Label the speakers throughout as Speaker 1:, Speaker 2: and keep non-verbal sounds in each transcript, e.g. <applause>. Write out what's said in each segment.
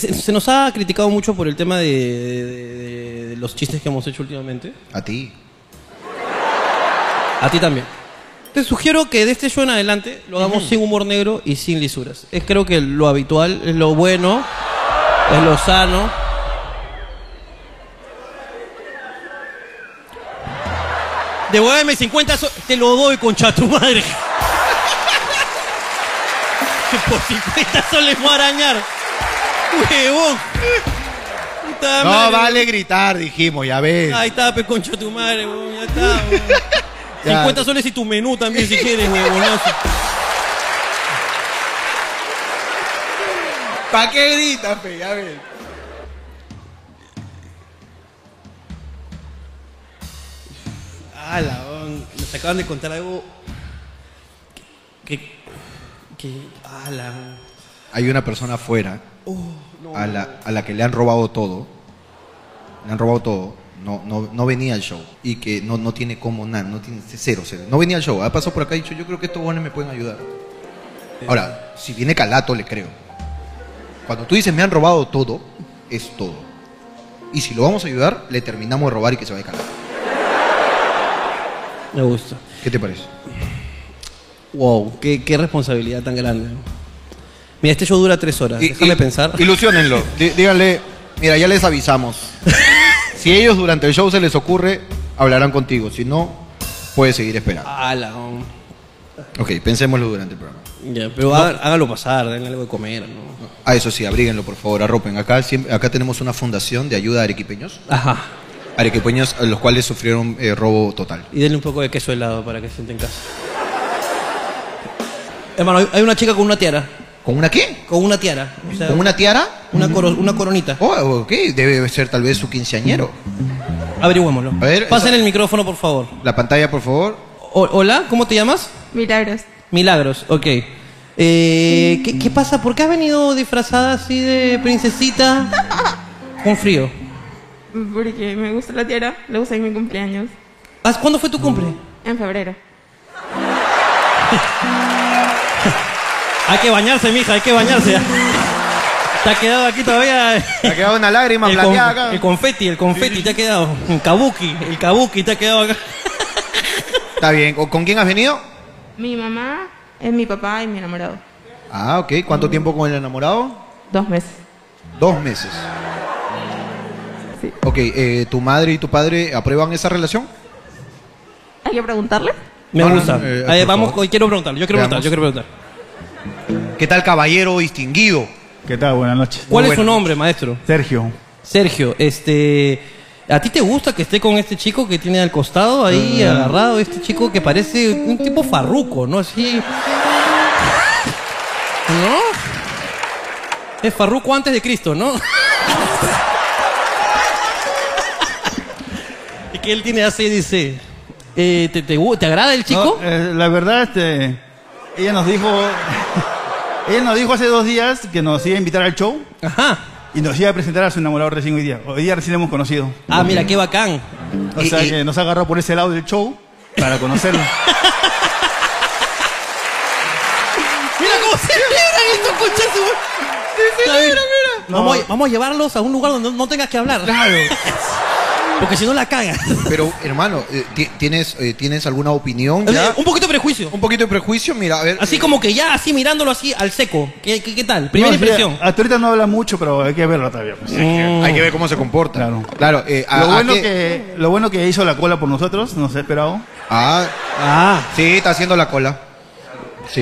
Speaker 1: Se, se nos ha criticado mucho por el tema de, de- de- de los chistes que hemos hecho últimamente.
Speaker 2: A ti.
Speaker 1: A ti también. Te sugiero que de este show en adelante lo hagamos sin humor negro y sin lisuras. Es creo que lo habitual, es lo bueno, es lo sano. Devuélveme 50 so- te lo doy, concha tu madre. <laughs> Que por 50 soles voy a arañar. Huevón. Puta
Speaker 2: No
Speaker 1: madre.
Speaker 2: vale gritar, dijimos, ya ves.
Speaker 1: Ahí está, pe concha tu madre, huevón, ya está. <laughs> huevón.
Speaker 2: Ya.
Speaker 1: 50 soles y tu menú también si quieres, huevonazo.
Speaker 2: <laughs> ¿Para qué gritas, pe? Ya ves.
Speaker 1: Ala, huevón, Ah, nos acaban de contar algo que que ah, ala. huevón.
Speaker 2: Hay una persona afuera
Speaker 1: Oh, no.
Speaker 2: a la, a la que le han robado todo. Le han robado todo. No, no, no venía al show. Y que no, no tiene como nada. No tiene este cero, cero. No venía al show. Ha pasado por acá y ha dicho, yo creo que estos buenos me pueden ayudar. Ahora, si viene calato, le creo. Cuando tú dices, me han robado todo, es todo. Y si lo vamos a ayudar, le terminamos de robar y que se vaya calato.
Speaker 1: Me gusta.
Speaker 2: ¿Qué te parece?
Speaker 1: Wow, qué, qué responsabilidad tan grande. huevón. Mira, este show dura tres horas.
Speaker 2: Y-
Speaker 1: Déjame
Speaker 2: y-
Speaker 1: pensar.
Speaker 2: Ilusionenlo. Dí- díganle, mira, ya les avisamos.
Speaker 1: <laughs>
Speaker 2: Si ellos durante el show se les ocurre, hablarán contigo. Si no, puedes seguir esperando.
Speaker 1: Ala, huevón.
Speaker 2: Ok, pensémoslo durante el programa.
Speaker 1: Ya, pero haga- hágalo pasar, den algo de comer, ¿no?
Speaker 2: Ah, eso sí, abríguenlo, por favor, arropen. Acá, siempre- acá tenemos una fundación de ayuda a arequipeños.
Speaker 1: Ajá.
Speaker 2: Arequipeños a los cuales sufrieron eh, robo total.
Speaker 1: Y denle un poco de queso helado para que se sienta en casa. Hermano, hay- hay una chica con una tiara.
Speaker 2: ¿Con una qué?
Speaker 1: Con una tiara. O sea,
Speaker 2: ¿Con una tiara?
Speaker 1: una, coro- una coronita.
Speaker 2: Oh, ok, debe ser tal vez su quinceañero.
Speaker 1: Averigüémoslo.
Speaker 2: A ver,
Speaker 1: Pasen
Speaker 2: esa-
Speaker 1: el micrófono, por favor.
Speaker 2: La pantalla, por favor.
Speaker 1: O- hola, ¿cómo te llamas?
Speaker 3: Milagros.
Speaker 1: Milagros, ok. Eh, ¿qué, qué pasa? ¿Por qué has venido disfrazada así de princesita con frío?
Speaker 3: Porque me gusta la tierra, lo usé en mi cumpleaños,
Speaker 1: ¿Has- Ah, ¿Cuándo fue tu cumple?
Speaker 3: en febrero.
Speaker 1: Hay que bañarse, mija, hay que bañarse. Te ha quedado aquí todavía eh.
Speaker 2: Te ha quedado una lágrima
Speaker 1: el, con-
Speaker 2: plateada acá.
Speaker 1: el confeti, el confeti te ha quedado. El kabuki, el kabuki te ha quedado acá.
Speaker 2: Está bien. ¿O- ¿Con quién has venido?
Speaker 3: Mi mamá es mi papá y mi enamorado.
Speaker 2: Ah, ok. ¿Cuánto tiempo con el enamorado?
Speaker 3: Dos meses.
Speaker 2: Dos meses.
Speaker 3: Sí.
Speaker 2: Ok, eh, ¿tu madre y tu padre aprueban esa relación?
Speaker 3: ¿Hay que preguntarle?
Speaker 1: Me
Speaker 2: No, no,
Speaker 1: gusta.
Speaker 2: no, eh,
Speaker 1: A
Speaker 2: por
Speaker 1: ver, vamos,
Speaker 2: favor.
Speaker 1: con- quiero preguntar, yo quiero preguntar,
Speaker 2: Veamos.
Speaker 1: yo quiero preguntar.
Speaker 2: ¿Qué tal caballero distinguido?
Speaker 4: ¿Qué tal? Buenas noches.
Speaker 1: ¿Cuál es
Speaker 2: bueno.
Speaker 1: su nombre, maestro?
Speaker 4: Sergio.
Speaker 1: Sergio, este, ¿a ti te gusta que esté con este chico que tiene al costado ahí
Speaker 4: Mm.
Speaker 1: agarrado, este chico que parece un tipo farruco, ¿no? Así. ¿No? Es farruco antes de Cristo, ¿no? <laughs> y que él tiene así, dice. eh, ¿te, te, gu- te agrada el chico?
Speaker 4: No, eh, la verdad, este, ella nos dijo, <laughs> ella nos dijo hace dos días que nos iba a invitar al show
Speaker 1: Ajá.
Speaker 4: y nos iba a presentar a su enamorado recién hoy día. Hoy día recién lo hemos conocido.
Speaker 1: Ah, mira, qué bacán.
Speaker 4: O
Speaker 2: Y-
Speaker 4: sea
Speaker 2: y-
Speaker 4: que nos agarró por ese lado del show para conocerlo.
Speaker 1: Mira cómo celebran estos conchas. Se celebran, mira.
Speaker 4: No.
Speaker 1: Vamos, a, vamos a llevarlos a un lugar donde no, no tengas que hablar. <laughs> Porque si no la cagas.
Speaker 2: Pero, hermano, eh, ti- ¿tienes, eh, ¿tienes alguna opinión? ya?
Speaker 1: Eh, Un poquito de prejuicio.
Speaker 2: Un poquito de prejuicio, mira, a ver.
Speaker 1: Así
Speaker 2: eh,
Speaker 1: como que ya, así mirándolo así al seco. ¿Qué, qué, qué tal? Primera
Speaker 4: No, sí,
Speaker 1: impresión.
Speaker 4: hasta ahorita no habla mucho, pero hay que verlo todavía. pues.
Speaker 2: Hay que ver cómo se comporta.
Speaker 4: Claro.
Speaker 2: Mm. Claro, eh, a-
Speaker 4: Lo
Speaker 2: a
Speaker 4: bueno
Speaker 2: qué-
Speaker 4: que, lo bueno que hizo la cola por nosotros, nos ha esperado.
Speaker 2: Ah,
Speaker 1: Ah.
Speaker 2: sí, está haciendo la cola. Sí.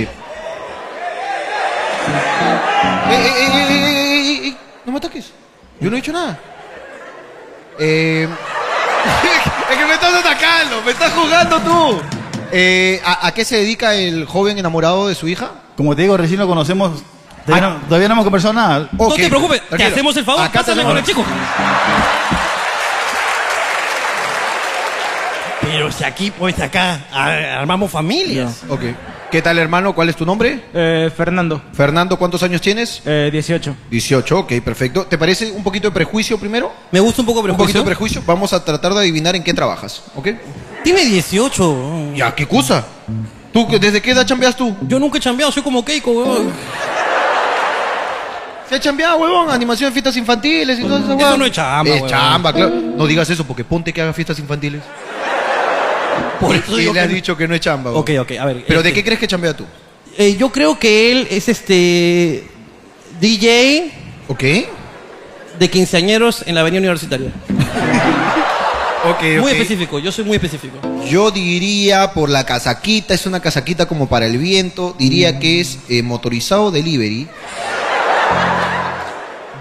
Speaker 2: Eh, eh, eh, eh, eh, eh, eh, eh, no me ataques. Yo no he hecho nada. Eh, <laughs> es que me estás atacando, me estás jugando tú. Eh, ¿a, a qué se dedica el joven enamorado de su hija?
Speaker 4: Como te digo, recién lo conocemos. Todavía,
Speaker 2: Ah.
Speaker 4: no, todavía no hemos conversado nada.
Speaker 2: Ok,
Speaker 1: no te preocupes,
Speaker 2: tranquilo.
Speaker 1: te hacemos el favor,
Speaker 2: Acá
Speaker 1: pásame
Speaker 2: tenemos-
Speaker 1: con el chico. Pero si aquí, pues <laughs> acá, a- armamos familias.
Speaker 2: Ok. ¿Qué tal, hermano? ¿Cuál es tu nombre?
Speaker 5: Eh, Fernando,
Speaker 2: Fernando, ¿cuántos años tienes?
Speaker 5: eh, 18.
Speaker 2: 18, ok, perfecto. ¿Te parece un poquito de prejuicio primero?
Speaker 1: Me gusta un poco
Speaker 2: Un poquito
Speaker 1: prejuicio.
Speaker 2: de prejuicio. Vamos a tratar de adivinar en qué trabajas, ¿ok?
Speaker 1: Tiene 18.
Speaker 2: Ya, ¿qué cosa? ¿Tú, desde qué edad chambeas tú?
Speaker 1: Yo nunca he chambeado, soy como Keiko, weón.
Speaker 2: Se ha chambeado, huevón, animación de fiestas infantiles y todo eso,
Speaker 1: Eso no es chamba,
Speaker 2: Es
Speaker 1: huevón.
Speaker 2: chamba, claro. No digas eso porque ponte que haga fiestas infantiles.
Speaker 1: Por eso
Speaker 2: Y
Speaker 1: digo
Speaker 2: le
Speaker 1: que
Speaker 2: has
Speaker 1: no.
Speaker 2: dicho que no es chamba, huevón.
Speaker 1: Ok, ok, a ver.
Speaker 2: Pero
Speaker 1: este,
Speaker 2: ¿de qué crees que chambea tú?
Speaker 1: eh, yo creo que él es este DJ
Speaker 2: ¿Ok?
Speaker 1: de quinceañeros en la avenida universitaria.
Speaker 2: Ok,
Speaker 1: Muy específico, yo soy muy específico.
Speaker 2: Yo diría por la casaquita, es una casaquita como para el viento,
Speaker 5: Mm.
Speaker 2: diría que es eh, motorizado delivery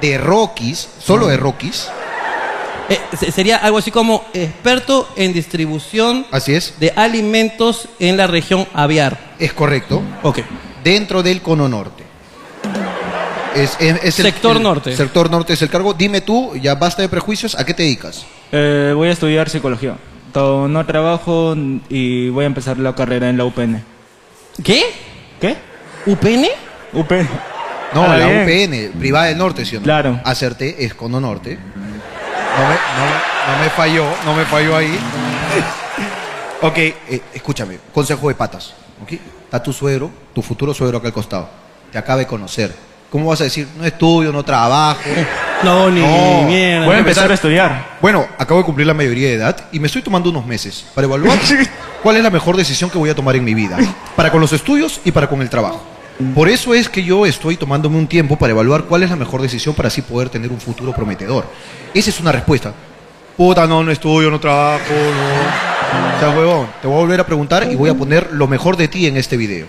Speaker 2: de Rockies, solo de Rockies,
Speaker 1: Eh, se- sería algo así como experto en distribución
Speaker 2: así es,
Speaker 1: de alimentos en la región aviar.
Speaker 2: es correcto,
Speaker 1: Ok.
Speaker 2: dentro del cono norte. Es, es- es
Speaker 1: Sector norte.
Speaker 2: Sector norte es el cargo. Dime tú, ya basta de prejuicios, ¿a qué te dedicas?
Speaker 5: Eh, voy a estudiar psicología. To- No trabajo y voy a empezar la carrera en la UPN.
Speaker 1: ¿Qué?
Speaker 5: ¿Qué?
Speaker 1: ¿UPN?
Speaker 5: UPN.
Speaker 2: <laughs> No,
Speaker 5: Ah,
Speaker 2: la
Speaker 5: bien.
Speaker 2: UPN, privada del norte, ¿sí o no?
Speaker 5: Claro.
Speaker 2: Acerté, es cono norte. No me, no me- no me falló, no me falló ahí. ok, eh, escúchame, consejo de patas. ¿ok? Está tu suegro, tu futuro suegro acá al costado. Te acaba de conocer. ¿Cómo vas a decir? No estudio, no trabajo.
Speaker 1: No, ni
Speaker 2: No.
Speaker 1: mierda.
Speaker 5: Voy
Speaker 2: a
Speaker 5: a empezar
Speaker 2: empezar.
Speaker 5: a estudiar.
Speaker 2: Bueno, acabo de cumplir la mayoría de edad y me estoy tomando unos meses para
Speaker 5: <laughs>
Speaker 2: evaluar cuál es la mejor decisión que voy a tomar en mi vida, para con los estudios y para con el trabajo. Por eso es que yo estoy tomándome un tiempo para evaluar cuál es la mejor decisión para así poder tener un futuro prometedor. Esa es una respuesta. Puta, no, no estudio, no trabajo, no. O sea, huevón, te voy a volver a preguntar y voy a poner lo mejor de ti en este video.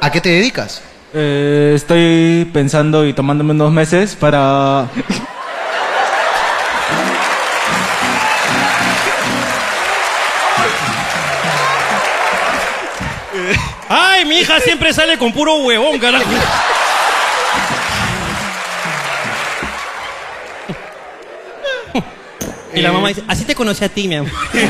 Speaker 2: ¿A qué te dedicas?
Speaker 5: Eh, estoy pensando y tomándome unos meses para...
Speaker 1: Ay, mi hija siempre sale con puro huevón, carajo. Y la mamá dice, así te conocí a ti, mi amor.
Speaker 2: Eh.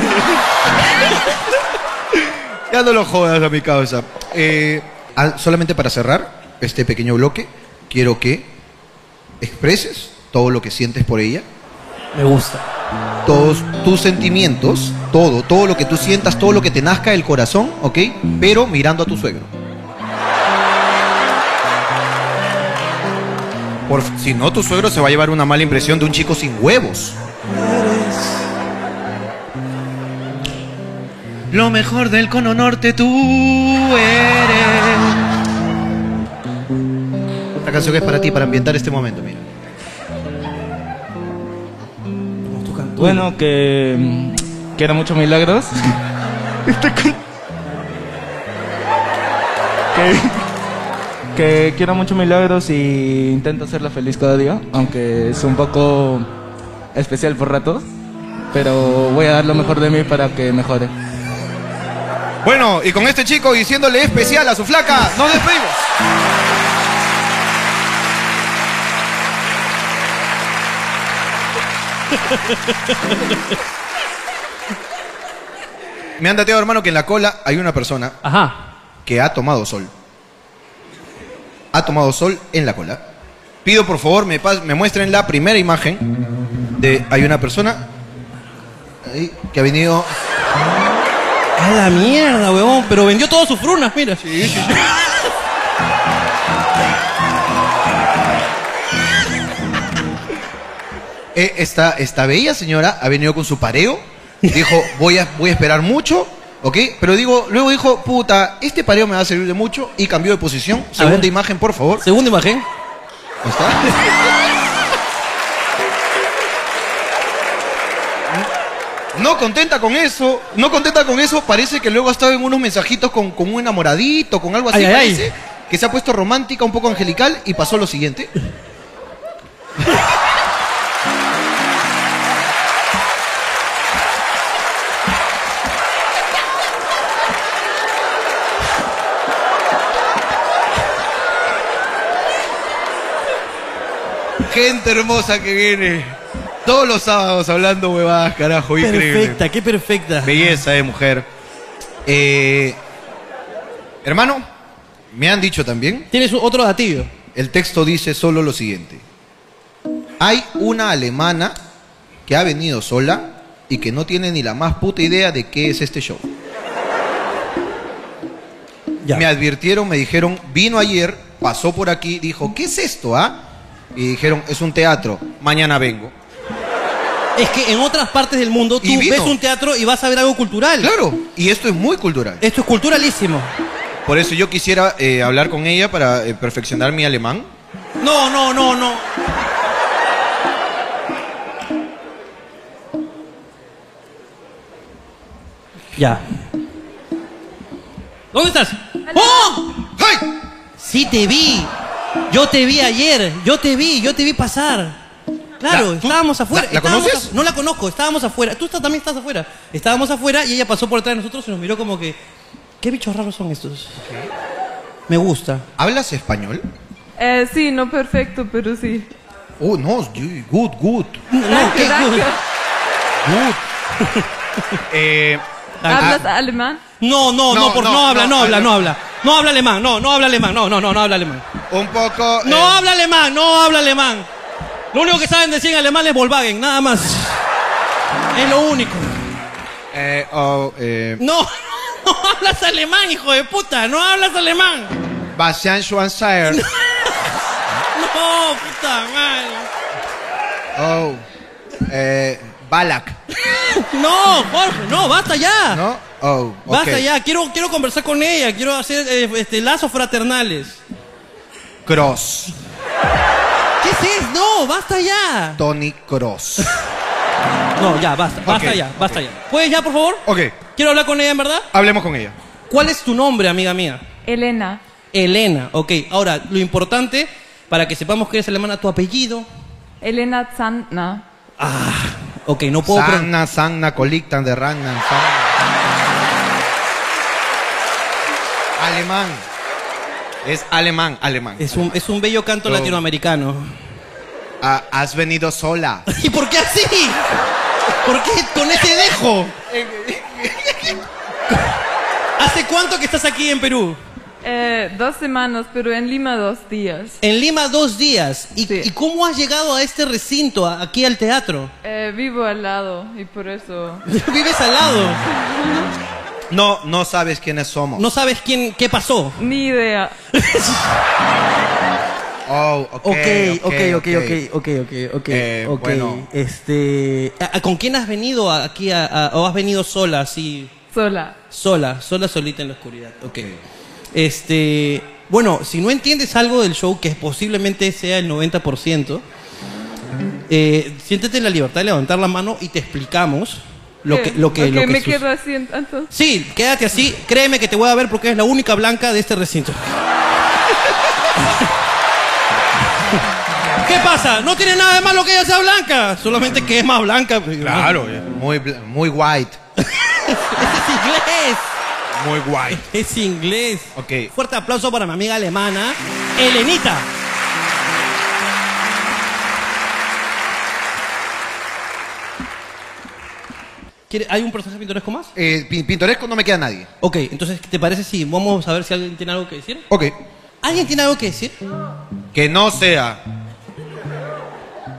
Speaker 2: Ya no lo jodas a mi causa. Eh, ah, solamente para cerrar este pequeño bloque, quiero que expreses todo lo que sientes por ella,
Speaker 1: Me gusta.
Speaker 2: todos tus sentimientos, todo, todo lo que tú sientas, todo lo que te nazca del corazón, ¿ok? Pero mirando a tu suegro. Por- si no, tu suegro se va a llevar una mala impresión de un chico sin huevos. Lo mejor del cono norte tú eres. Esta canción es para ti, para ambientar este momento, mira.
Speaker 5: Bueno, que... mm, Quiero muchos milagros. que, que quiero muchos milagros y intento hacerla feliz cada día, aunque es un poco especial por ratos. Pero voy a dar lo mejor de mí para que mejore.
Speaker 2: Bueno, y con este chico diciéndole especial a su flaca, nos despedimos.
Speaker 1: <laughs>
Speaker 2: Me han dateado, hermano, que en la cola hay una persona
Speaker 1: Ajá.
Speaker 2: que ha tomado sol. Ha tomado sol en la cola. Pido por favor me, pas- me muestren la primera imagen de hay una persona ahí, que ha venido.
Speaker 1: <laughs> A la mierda, huevón. Pero vendió todas sus frunas, mira.
Speaker 2: Eh, esta, esta bella señora ha venido con su pareo.
Speaker 1: <laughs>
Speaker 2: Dijo voy a voy a esperar mucho, ¿ok? Pero digo luego dijo puta este pareo me va a servir de mucho y cambió de posición. Segunda
Speaker 1: ver.
Speaker 2: imagen por favor.
Speaker 1: Segunda imagen.
Speaker 2: Ahí está. <laughs> No contenta con eso, no contenta con eso, parece que luego ha estado en unos mensajitos con, con un enamoradito, con algo así,
Speaker 1: Ay, ay, ay.
Speaker 2: parece, que se ha puesto romántica, un poco angelical, y pasó lo siguiente. Gente hermosa que viene todos los sábados hablando huevadas, carajo, increíble.
Speaker 1: Perfecta, qué perfecta.
Speaker 2: Belleza de mujer. Eh, hermano, me han dicho también,
Speaker 1: Tienes otro gatillo.
Speaker 2: el texto dice solo lo siguiente. Hay una alemana que ha venido sola y que no tiene ni la más puta idea de qué es este show.
Speaker 1: Ya.
Speaker 2: Me advirtieron, me dijeron, vino ayer, pasó por aquí, dijo, ¿qué es esto, ah? Y dijeron, es un teatro, mañana vengo.
Speaker 1: Es que en otras partes del mundo tú
Speaker 2: Y vino.
Speaker 1: ves un teatro y vas a ver algo cultural.
Speaker 2: Claro, y esto es muy cultural.
Speaker 1: Esto es culturalísimo.
Speaker 2: Por eso yo quisiera eh, hablar con ella para eh, perfeccionar mi alemán.
Speaker 1: No, no, no, no. Ya. ¿Dónde estás? ¡Oh!
Speaker 2: ¡Hey!
Speaker 1: Sí te vi. Yo te vi ayer. Yo te vi. Yo te vi pasar. Claro,
Speaker 2: La- tú-
Speaker 1: estábamos afuera.
Speaker 2: ¿la- la
Speaker 1: estábamos
Speaker 2: conoces?
Speaker 1: af- no la conozco. Estábamos afuera. Tú estás- también estás afuera. Estábamos afuera y ella pasó por detrás de nosotros y nos miró como que... ¿Qué bichos raros son estos? Me gusta.
Speaker 2: ¿Hablas español?
Speaker 3: Eh, sí, no perfecto, pero sí.
Speaker 2: Oh, no, you- good, good,
Speaker 1: No, ¿qué?
Speaker 2: good. Eh,
Speaker 6: ah,
Speaker 3: ¿Hablas
Speaker 1: Ah.
Speaker 3: alemán?
Speaker 1: No, no, no,
Speaker 2: No,
Speaker 1: por, no,
Speaker 2: no,
Speaker 1: habla, no
Speaker 2: no,
Speaker 1: habla,
Speaker 2: habla.
Speaker 1: no habla. No habla alemán, no, no habla alemán, no, no, no, no habla alemán.
Speaker 2: un poco...
Speaker 1: No
Speaker 2: eh,
Speaker 1: habla alemán, no habla alemán. Lo único que saben decir en alemán es Volkswagen, nada más. Es lo único.
Speaker 2: eh, oh, eh,
Speaker 1: No, <laughs> no hablas alemán, hijo de puta, no hablas alemán.
Speaker 2: Bastian Schweinsteiger.
Speaker 1: No, puta madre.
Speaker 2: Oh, eh, Balak,
Speaker 1: No, Jorge, no, basta ya.
Speaker 2: ¿no? Oh, ok.
Speaker 1: Basta ya, quiero, quiero conversar con ella, quiero hacer eh, este, lazos fraternales.
Speaker 2: Cross,
Speaker 1: ¿Qué es eso? No, basta ya.
Speaker 2: Tony Cross.
Speaker 1: <laughs> No, ya, basta, basta ya, basta ya. ¿Puedes ya, por favor?
Speaker 2: Ok,
Speaker 1: Quiero hablar con ella, en verdad.
Speaker 2: hablemos con ella.
Speaker 1: ¿Cuál es tu nombre, amiga mía?
Speaker 3: Elena.
Speaker 1: Elena, ok. Ahora, lo importante, para que sepamos que eres alemana, tu apellido.
Speaker 3: Elena Zandner.
Speaker 1: Ah, ok, no puedo... pro-
Speaker 2: Sanna, Sanna, Colictan de Ragnan, Sanna. Alemán. Es alemán, alemán.
Speaker 1: es, un, es un bello canto
Speaker 2: Oh.
Speaker 1: latinoamericano.
Speaker 2: Ah, has venido sola.
Speaker 1: ¿Y por qué así? ¿Por qué con ese <laughs> dejo? ¿Hace cuánto que estás aquí en Perú?
Speaker 3: Eh, dos semanas, pero en Lima dos días.
Speaker 1: En Lima dos días. ¿Y,
Speaker 3: Sí.
Speaker 1: y cómo has llegado a este recinto, a- aquí al teatro?
Speaker 3: Eh, vivo al lado y por eso.
Speaker 1: <laughs> Vives al lado.
Speaker 2: No, no sabes quiénes somos.
Speaker 1: No sabes quién, qué pasó.
Speaker 3: Ni idea.
Speaker 2: Oh, ok,
Speaker 5: Ok, ok, ok, ok,
Speaker 2: ok.
Speaker 5: ok, ok, ok.
Speaker 2: Eh,
Speaker 5: ok.
Speaker 2: bueno.
Speaker 5: Este.
Speaker 1: ¿A- a- ¿Con quién has venido a- aquí a- a- o has venido sola, así,
Speaker 3: Sola.
Speaker 1: sola, sola, solita en la oscuridad? Ok. Este, bueno, si no entiendes algo del show, que posiblemente sea el 90%, eh, siéntete en la libertad de levantar la mano y te explicamos lo que,
Speaker 3: Eh,
Speaker 1: lo que,
Speaker 3: ok,
Speaker 1: lo que
Speaker 3: me
Speaker 1: sus-
Speaker 3: quedo así entonces.
Speaker 1: Sí, quédate así, créeme que te voy a ver porque es la única blanca de este recinto. ¿Qué pasa? No tiene nada de malo que ella sea blanca, solamente que es más blanca. pues,
Speaker 2: Claro, ya. muy, bl-
Speaker 1: <laughs>
Speaker 2: muy white.
Speaker 1: Es inglés.
Speaker 2: Muy white.
Speaker 1: Es inglés.
Speaker 2: Ok.
Speaker 1: Fuerte aplauso para mi amiga alemana, Elenita. ¿Quiere- ¿Hay un personaje pintoresco más?
Speaker 2: Eh, pin- pintoresco no me queda nadie.
Speaker 1: Ok, entonces, ¿te parece si vamos a ver si alguien tiene algo que decir?
Speaker 2: Ok.
Speaker 1: ¿Alguien tiene algo que decir?
Speaker 2: Que no sea.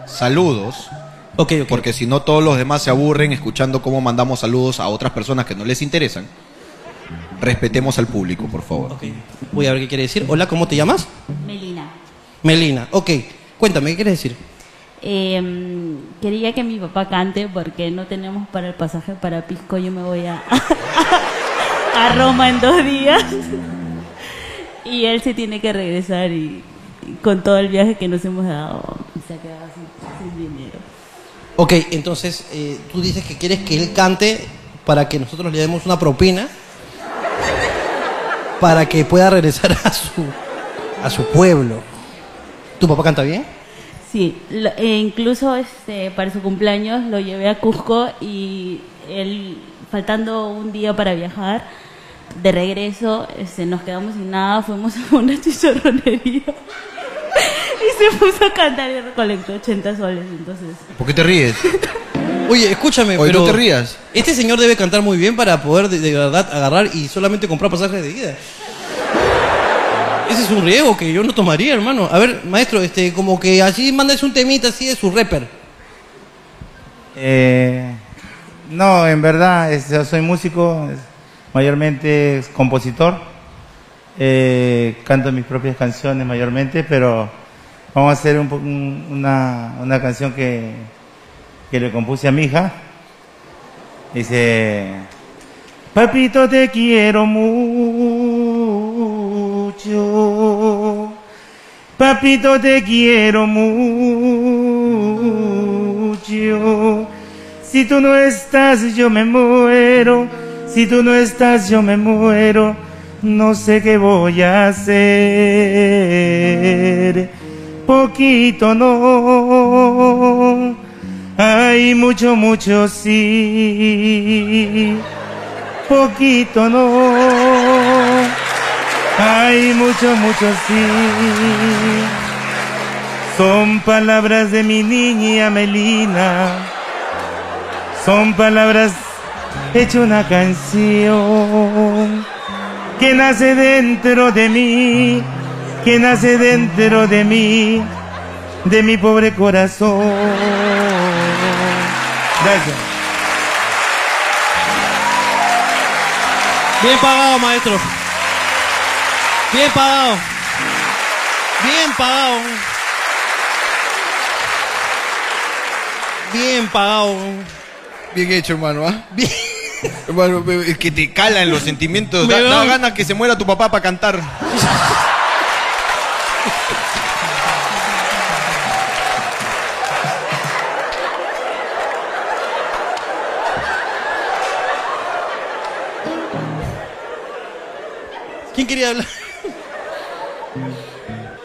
Speaker 2: Saludos.
Speaker 1: Ok, ok.
Speaker 2: Porque si no, todos los demás se aburren escuchando cómo mandamos saludos a otras personas que no les interesan. Respetemos al público, por favor.
Speaker 1: Ok, voy a ver qué quiere decir. Hola, ¿cómo te llamas?
Speaker 7: Melina,
Speaker 1: Melina. Ok, cuéntame, ¿qué quieres decir?
Speaker 7: eh, quería que mi papá cante porque no tenemos para el pasaje para Pisco. Yo me voy a, <laughs> a Roma en dos días. Y él se tiene que regresar y, y con todo el viaje que nos hemos dado se ha quedado sin, sin dinero.
Speaker 1: Ok, entonces, eh, tú dices que quieres que él cante para que nosotros le demos una propina para que pueda regresar a su, a su pueblo. ¿Tu papá canta bien?
Speaker 7: Sí, lo- e incluso este, para su cumpleaños lo llevé a Cusco y él, faltando un día para viajar, de regreso este, nos quedamos sin nada, fuimos <laughs> a una chicharronería <laughs> y se puso a cantar y recolectó 80 soles. Entonces,
Speaker 2: ¿Por qué te ríes?
Speaker 1: <laughs> Oye, escúchame,
Speaker 2: Oye,
Speaker 1: pero...
Speaker 2: no te rías.
Speaker 1: Este señor debe cantar muy bien para poder de, de verdad agarrar y solamente comprar pasajes de ida. Ese es un riesgo que yo no tomaría, hermano. A ver, maestro, este, como que así mandas un temita así de su rapper.
Speaker 4: Eh, no, en verdad, es- yo soy músico, es- mayormente es compositor.
Speaker 8: eh, canto mis propias canciones mayormente, pero vamos a hacer un po- un- una, una canción que, que le compuse a mi hija. Dice, papito te quiero mucho, papito te quiero mucho. Si tú no estás, yo me muero. Si tú no estás, yo me muero. No sé qué voy a hacer. Poquito no. Hay mucho, mucho sí. Poquito no. Hay mucho, mucho sí. Son palabras de mi niña Melina. Son palabras hecho una canción que nace dentro de mí, que nace dentro de mí, de mi pobre corazón. Gracias.
Speaker 1: Bien pagado, maestro. Bien pagado. Bien pagado. Bien pagado.
Speaker 2: Bien hecho, hermano, ¿ah? Bien. Hermano, es que te calan los sentimientos.
Speaker 1: Me
Speaker 2: Da, da
Speaker 1: da-
Speaker 2: ganas que se muera tu papá para cantar.
Speaker 1: ¿Quién quería hablar?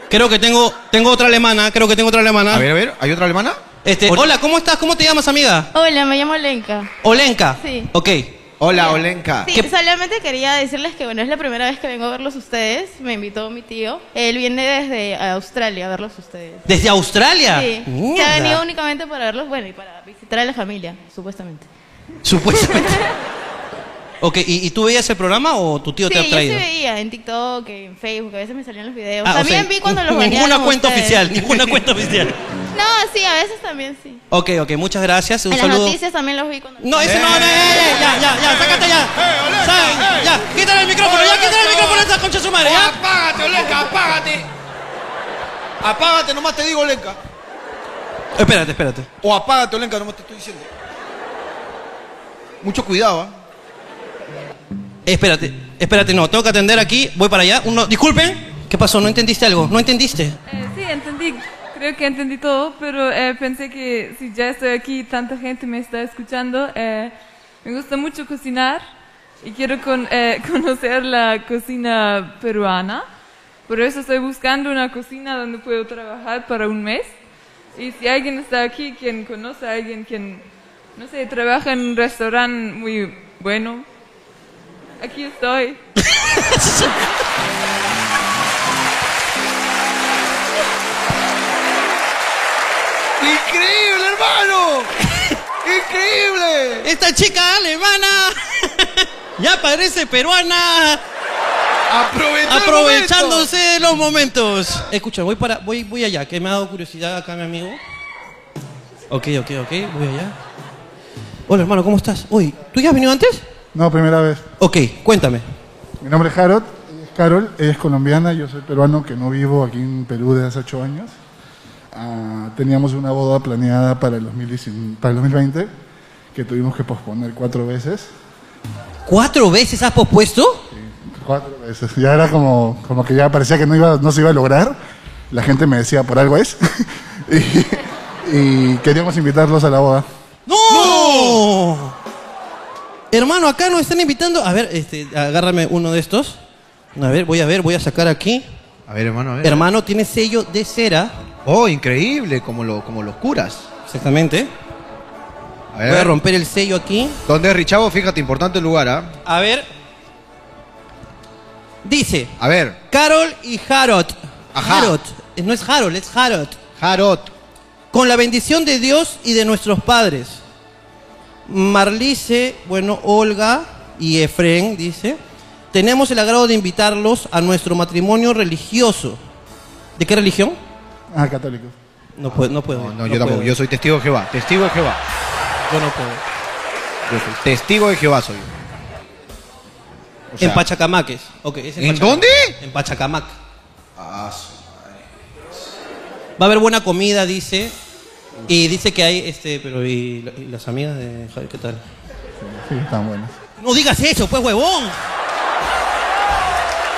Speaker 1: Creo que tengo, tengo otra alemana, creo que tengo otra alemana.
Speaker 2: A ver, a ver, ¿hay otra alemana?
Speaker 1: Este, hola, ¿cómo estás? ¿Cómo te llamas, amiga?
Speaker 9: Hola, me llamo Lenka.
Speaker 1: Olenka.
Speaker 9: Sí.
Speaker 1: Ok.
Speaker 2: Hola, Olenka.
Speaker 9: Sí,
Speaker 1: Ah, ¿Qué-
Speaker 9: solamente quería decirles que, bueno, es la primera vez que vengo a verlos ustedes. Me invitó mi tío. Él viene desde Australia a verlos ustedes.
Speaker 1: ¿Desde Australia?
Speaker 9: Sí. Se
Speaker 1: Mierda.
Speaker 9: ha venido únicamente para verlos, bueno, y para visitar a la familia, supuestamente.
Speaker 1: Supuestamente. ok, ¿y, y tú veías el programa o tu tío
Speaker 9: sí,
Speaker 1: te ha
Speaker 9: yo sí
Speaker 1: traído?
Speaker 9: veía en TikTok, en Facebook, a veces me salían los videos.
Speaker 1: Ah, o
Speaker 9: también
Speaker 1: sea,
Speaker 9: vi cuando los bañaban
Speaker 1: Ninguna
Speaker 9: con
Speaker 1: cuenta
Speaker 9: ustedes.
Speaker 1: oficial, ninguna cuenta
Speaker 9: <laughs>
Speaker 1: oficial.
Speaker 9: No, sí, a veces también sí.
Speaker 1: Ok, ok, muchas gracias. Un
Speaker 9: en las
Speaker 1: saludo.
Speaker 9: noticias también los vi cuando...
Speaker 1: No, ese no, no, eh, eh, eh, ya, ya, ya, sácate ya. Sa- ya, quítale el micrófono, ya, quítale el micrófono a esa concha de su madre, ya.
Speaker 2: Apágate, Olenka, apágate. Apágate, nomás te digo, Olenka.
Speaker 1: Espérate, espérate.
Speaker 2: O apágate, Olenka, nomás te estoy diciendo. Mucho cuidado, ¿ah?
Speaker 1: Espérate, espérate, no, tengo que atender aquí, voy para allá. Uno, disculpen, ¿qué pasó? ¿No entendiste algo? ¿No entendiste?
Speaker 6: Eh, sí, entendí. Creo que entendí todo, pero eh, pensé que si ya estoy aquí y tanta gente me está escuchando, eh, me gusta mucho cocinar y quiero con- eh, <laughs> conocer la cocina peruana. Por eso estoy buscando una cocina donde puedo trabajar para un mes. Y si alguien está aquí, quien conoce a alguien quien, no sé, trabaja en un restaurante muy bueno, aquí estoy.
Speaker 2: ¡Increíble, hermano! ¡Increíble!
Speaker 1: Esta chica alemana <laughs> ya parece peruana.
Speaker 2: Aprovechando.
Speaker 1: Aprovechándose de los momentos. Escucha, voy para, voy, voy allá, que me ha dado curiosidad acá mi amigo. Ok, ok, ok, voy allá. Hola hermano, ¿cómo estás? Uy, ¿tú ya has venido antes?
Speaker 10: No, primera vez.
Speaker 1: Ok, cuéntame.
Speaker 10: Mi nombre es Harold, ella es Carol, ella es colombiana, yo soy peruano que no vivo aquí en Perú desde hace ocho años. Ah, teníamos una boda planeada para el, 2019 para el 2020 que tuvimos que posponer cuatro veces.
Speaker 1: ¿Cuatro veces has pospuesto?
Speaker 10: Cuatro veces. Ya era como, como que ya parecía que no, iba, no se iba a lograr. La gente me decía, por algo es. <laughs> y, y queríamos invitarlos a la boda.
Speaker 1: ¡No! Hermano, acá nos están invitando. A ver, este, agárrame uno de estos. A ver, voy a ver, voy a sacar aquí.
Speaker 2: A ver, hermano, a ver.
Speaker 1: Hermano, tiene sello de cera.
Speaker 2: Oh, increíble, como, lo, como los curas.
Speaker 1: Exactamente.
Speaker 2: A ver,
Speaker 1: Voy a romper el sello aquí.
Speaker 2: ¿Dónde es Richavo? Fíjate, importante el lugar, ¿ah?
Speaker 1: A ver. Dice,
Speaker 2: A ver,
Speaker 1: Carol y Harold.
Speaker 2: Ajá.
Speaker 1: Harold. Eh, No es Harold, es Harold.
Speaker 2: Jarot.
Speaker 1: Con la bendición de Dios y de nuestros padres. Marlice, bueno, Olga y Efren, dice. Tenemos el agrado de invitarlos a nuestro matrimonio religioso. ¿De qué religión?
Speaker 10: Ah, católicos.
Speaker 1: No puedo, no puedo.
Speaker 2: No, no, yo tampoco.
Speaker 1: puedo.
Speaker 2: Yo soy testigo de Jehová. Testigo de Jehová.
Speaker 1: Yo no puedo.
Speaker 2: Yo soy testigo de Jehová soy. yo. O sea-
Speaker 1: en Pachacamaques. Ok, es
Speaker 2: ¿En
Speaker 1: Pachacamac.
Speaker 2: dónde?
Speaker 1: En Pachacamac.
Speaker 2: Ah, su-
Speaker 1: Va a haber buena comida, dice. Y dice que hay, este, pero ¿y, la- y las amigas de Javier qué tal?
Speaker 10: Sí, están buenas.
Speaker 1: No digas eso, pues, huevón.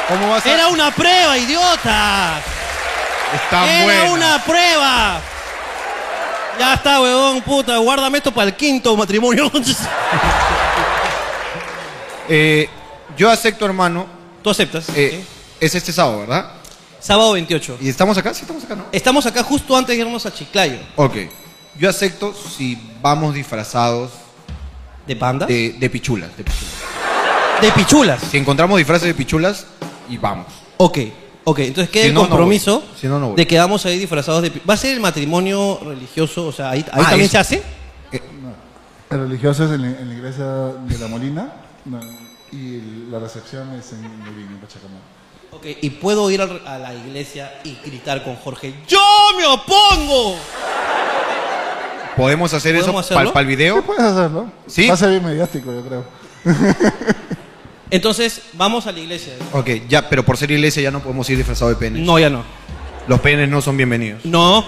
Speaker 2: ¿Cómo vas
Speaker 1: Era una prueba, idiota.
Speaker 2: Está
Speaker 1: Era
Speaker 2: buena.
Speaker 1: una prueba. Ya está, huevón, puta. Guárdame esto para el quinto matrimonio.
Speaker 2: Eh, yo acepto, hermano.
Speaker 1: ¿Tú aceptas?
Speaker 2: Eh, Es este sábado, ¿verdad?
Speaker 1: Sábado 28.
Speaker 2: ¿Y estamos acá? Sí, estamos acá, ¿no?
Speaker 1: Estamos acá justo antes de irnos a Chiclayo.
Speaker 2: Ok. Yo acepto si vamos disfrazados.
Speaker 1: ¿De pandas?
Speaker 2: De, de pichulas. De pichulas.
Speaker 1: De pichulas.
Speaker 2: Si encontramos disfraces de pichulas, y vamos.
Speaker 1: Ok, ok. Entonces queda
Speaker 2: Si
Speaker 1: el
Speaker 2: no, no
Speaker 1: compromiso
Speaker 2: voy. Si no, no voy.
Speaker 1: de que vamos ahí disfrazados de... pi- ¿Va a ser el matrimonio religioso? O sea, ahí, ahí
Speaker 2: Ah, eh,
Speaker 1: también
Speaker 2: eso.
Speaker 1: se hace.
Speaker 10: El religioso es en, la- en la iglesia de La Molina no, y el- la recepción es en Lurín, en Pachacamac.
Speaker 1: Ok, y puedo ir al- a la iglesia y gritar con Jorge, ¡Yo me opongo!
Speaker 2: ¿Podemos hacer
Speaker 1: ¿Podemos
Speaker 2: eso para
Speaker 1: hacerlo?
Speaker 2: el video?
Speaker 10: ¿Qué puedes hacerlo?
Speaker 2: Sí.
Speaker 10: Va a ser bien mediático, ¿eh? yo creo.
Speaker 1: <laughs> Entonces, vamos a la iglesia.
Speaker 2: Ok, ya, pero por ser iglesia ya no podemos ir disfrazados de penes.
Speaker 1: No, ya no.
Speaker 2: Los penes no son bienvenidos.
Speaker 1: No.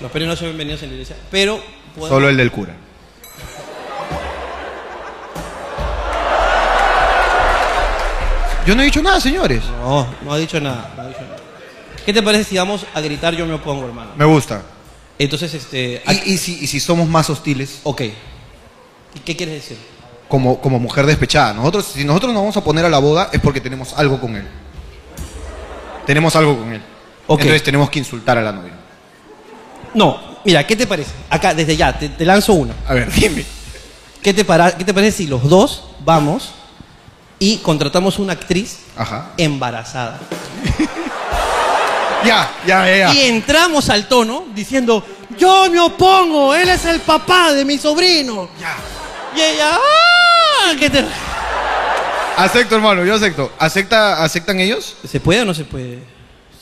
Speaker 1: Los peruanos son bienvenidos en la iglesia, pero... podemos-
Speaker 2: Solo el del cura. Yo no he dicho nada, señores.
Speaker 1: No, no ha dicho nada. no ha dicho nada. ¿Qué te parece si vamos a gritar yo me opongo, hermano?
Speaker 2: Me gusta.
Speaker 1: Entonces, este... aquí-
Speaker 2: Y, y si, y si somos más hostiles,
Speaker 1: Ok. ¿Y qué quieres decir?
Speaker 2: como, como mujer despechada, nosotros, si nosotros nos vamos a poner a la boda es porque tenemos algo con él. Tenemos algo con él.
Speaker 1: Ok.
Speaker 2: Entonces tenemos que insultar a la novia.
Speaker 1: No, mira, ¿qué te parece? Acá, desde ya, te, te lanzo una.
Speaker 2: A ver, dime.
Speaker 1: ¿Qué te, para- ¿Qué te parece si los dos vamos y contratamos una actriz
Speaker 2: Ajá.
Speaker 1: embarazada?
Speaker 2: <laughs> Ya, ya, ya.
Speaker 1: Y
Speaker 2: ya.
Speaker 1: entramos al tono diciendo, yo me opongo, él es el papá de mi sobrino.
Speaker 2: Ya.
Speaker 1: Y ella, ¡ah! ¿Qué te-
Speaker 2: Acepto, hermano, yo acepto. ¿Acepta, ¿Aceptan ellos?
Speaker 1: ¿Se puede o no se puede?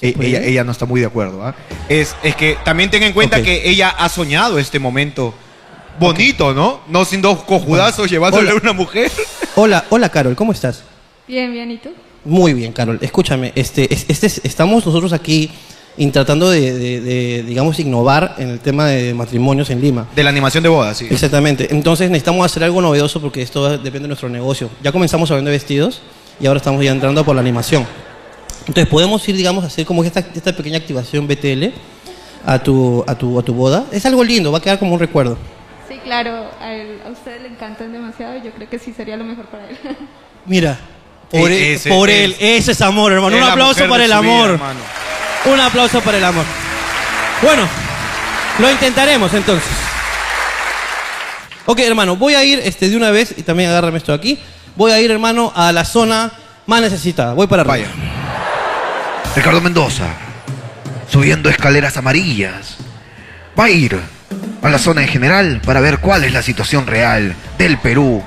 Speaker 2: Eh, ella, ella no está muy de acuerdo. ¿ah? Es, es que también ten en cuenta
Speaker 1: Ok.
Speaker 2: que ella ha soñado este momento. Bonito, ¿no? No sin dos cojudazos llevándole
Speaker 1: Hola.
Speaker 2: a una mujer.
Speaker 1: Hola, hola Carol, ¿cómo estás?
Speaker 11: Bien, bien, ¿y tú?
Speaker 1: Muy bien, Carol. Escúchame, este, es- este es- estamos nosotros aquí in- tratando de, de- de, digamos, innovar en el tema de matrimonios en Lima.
Speaker 2: De la animación de boda, sí.
Speaker 1: Exactamente. Entonces necesitamos hacer algo novedoso porque esto depende de nuestro negocio. Ya comenzamos hablando de vestidos y ahora estamos ya entrando por la animación. Entonces podemos ir, digamos, a hacer como esta, esta pequeña activación BTL a tu, a, tu, a tu boda. Es algo lindo, va a quedar como un recuerdo.
Speaker 12: <laughs> Sí, claro, a, él- a usted le encantan demasiado y yo creo que sí sería lo mejor para él. <laughs>
Speaker 1: Mira, por,
Speaker 2: E-
Speaker 1: él-
Speaker 2: ese
Speaker 1: por
Speaker 2: es-
Speaker 1: él, ese es amor, hermano.
Speaker 2: Es
Speaker 1: Un
Speaker 2: la
Speaker 1: aplauso
Speaker 2: mujer
Speaker 1: para
Speaker 2: de
Speaker 1: el
Speaker 2: su vida,
Speaker 1: amor.
Speaker 2: hermano.
Speaker 1: Un aplauso para el amor. Bueno, lo intentaremos entonces. Ok, hermano, voy a ir este, de una vez, y también agárrame esto de aquí, voy a ir, hermano, a la zona más necesitada. Voy para arriba.
Speaker 2: Vaya. Ricardo Mendoza, subiendo escaleras amarillas, va a ir a la zona en general para ver cuál es la situación real del Perú.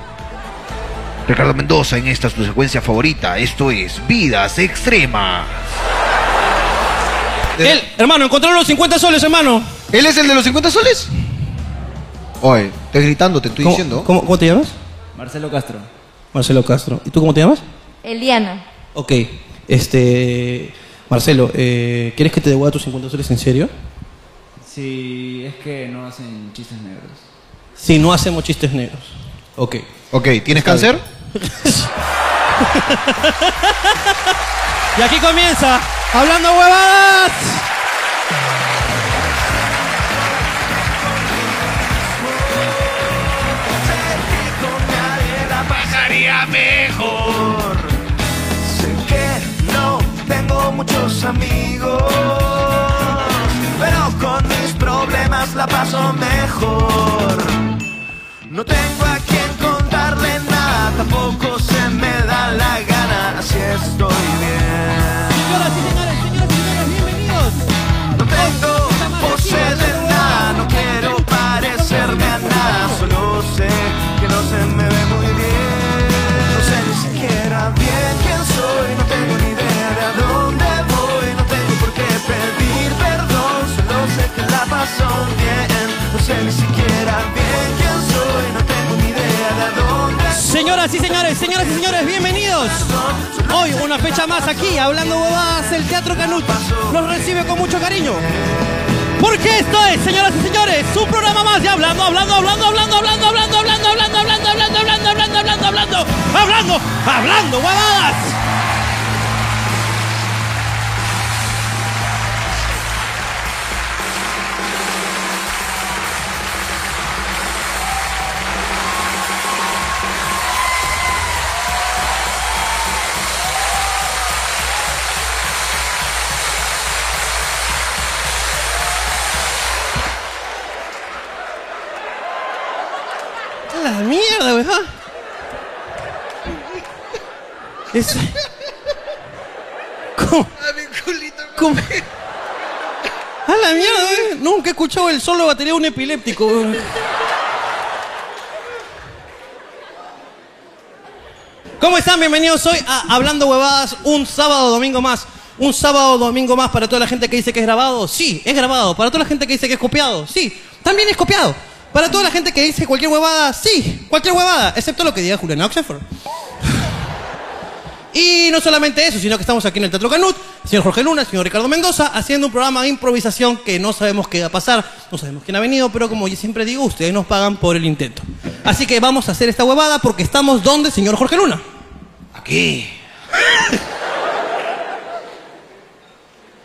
Speaker 2: Ricardo Mendoza en esta su secuencia favorita, esto es Vidas Extremas.
Speaker 1: Él, hermano, encontraron los 50 soles, hermano.
Speaker 2: ¿Él es el de los 50 soles? Oye, estás gritando, te estoy
Speaker 1: ¿Cómo- ¿Cómo, cómo te llamas?
Speaker 5: Marcelo Castro.
Speaker 1: Marcelo Castro. ¿Y tú cómo te llamas?
Speaker 12: Eliana.
Speaker 1: Ok, este... Marcelo, eh, ¿quieres que te devuelva tus 50 soles en serio?
Speaker 5: Si es que no hacen chistes negros.
Speaker 1: Si no hacemos chistes negros. Ok.
Speaker 2: Ok,
Speaker 5: <laughs>
Speaker 2: ¿tienes cáncer?
Speaker 1: <laughs> Y aquí comienza Hablando Huevadas.
Speaker 13: pasaría mejor. Sé que no tengo muchos amigos, pero con mis problemas la paso mejor. No tengo a quien contarle nada, tampoco se me da la gana, así estoy bien.
Speaker 1: Señoras y señores, señoras y señores, bienvenidos.
Speaker 13: No tengo pose de nada, no quiero parecerme a nada, solo sé que no se me ve muy bien. No sé ni siquiera bien quién soy, no tengo ni idea de a dónde voy, no tengo por qué pedir perdón, solo sé que la paso bien. No sé ni siquiera bien quién soy, no tengo ni idea de a dónde voy.
Speaker 1: Ahora sí, señores, señoras y señores, bienvenidos. Hoy una fecha más aquí, hablando bobadas, el Teatro Canut los recibe con mucho cariño. Porque esto es, señoras y señores, un programa más de hablando, hablando, hablando, hablando, hablando, hablando, hablando, hablando, hablando, hablando, hablando, hablando, hablando, hablando, hablando, hablando, bobadas. A la mierda, weón. Es... ¿Cómo? ¿Cómo? A la mierda, weón. Nunca he escuchado el solo de batería de un epiléptico, weón. ¿Cómo están? Bienvenidos hoy a Hablando Huevadas, un sábado domingo más. Un sábado domingo más para toda la gente que dice que es grabado. Sí, es grabado. Para toda la gente que dice que es copiado. Sí, también es copiado. Para toda la gente que dice cualquier huevada. Sí, cualquier huevada. Excepto lo que diga Juliana Oxenford. Y no solamente eso, sino que estamos aquí en el Teatro Canut, señor Jorge Luna, señor Ricardo Mendoza, haciendo un programa de improvisación que no sabemos qué va a pasar, no sabemos quién ha venido, pero como yo siempre digo, ustedes nos pagan por el intento. Así que vamos a hacer esta huevada porque estamos donde, señor Jorge Luna.
Speaker 2: Aquí.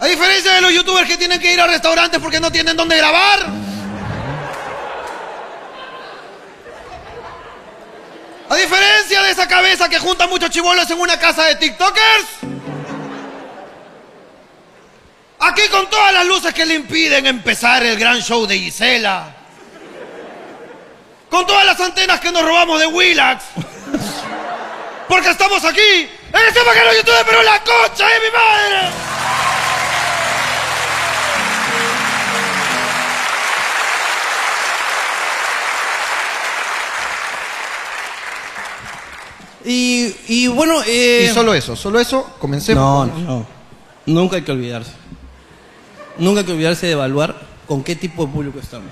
Speaker 2: A diferencia de los youtubers que tienen que ir a restaurantes porque no tienen dónde grabar. A diferencia de esa cabeza que junta muchos chibolos en una casa de TikTokers. Aquí con todas las luces que le impiden empezar el gran show de Gisela. Con todas las antenas que nos robamos de Willax. Porque estamos aquí en el tema que no YouTube, pero la concha de mi madre.
Speaker 1: Y, y bueno, eh...
Speaker 2: Y solo eso, solo eso, comencemos.
Speaker 1: No, no. Nunca hay que olvidarse. Nunca hay que olvidarse de evaluar con qué tipo de público estamos.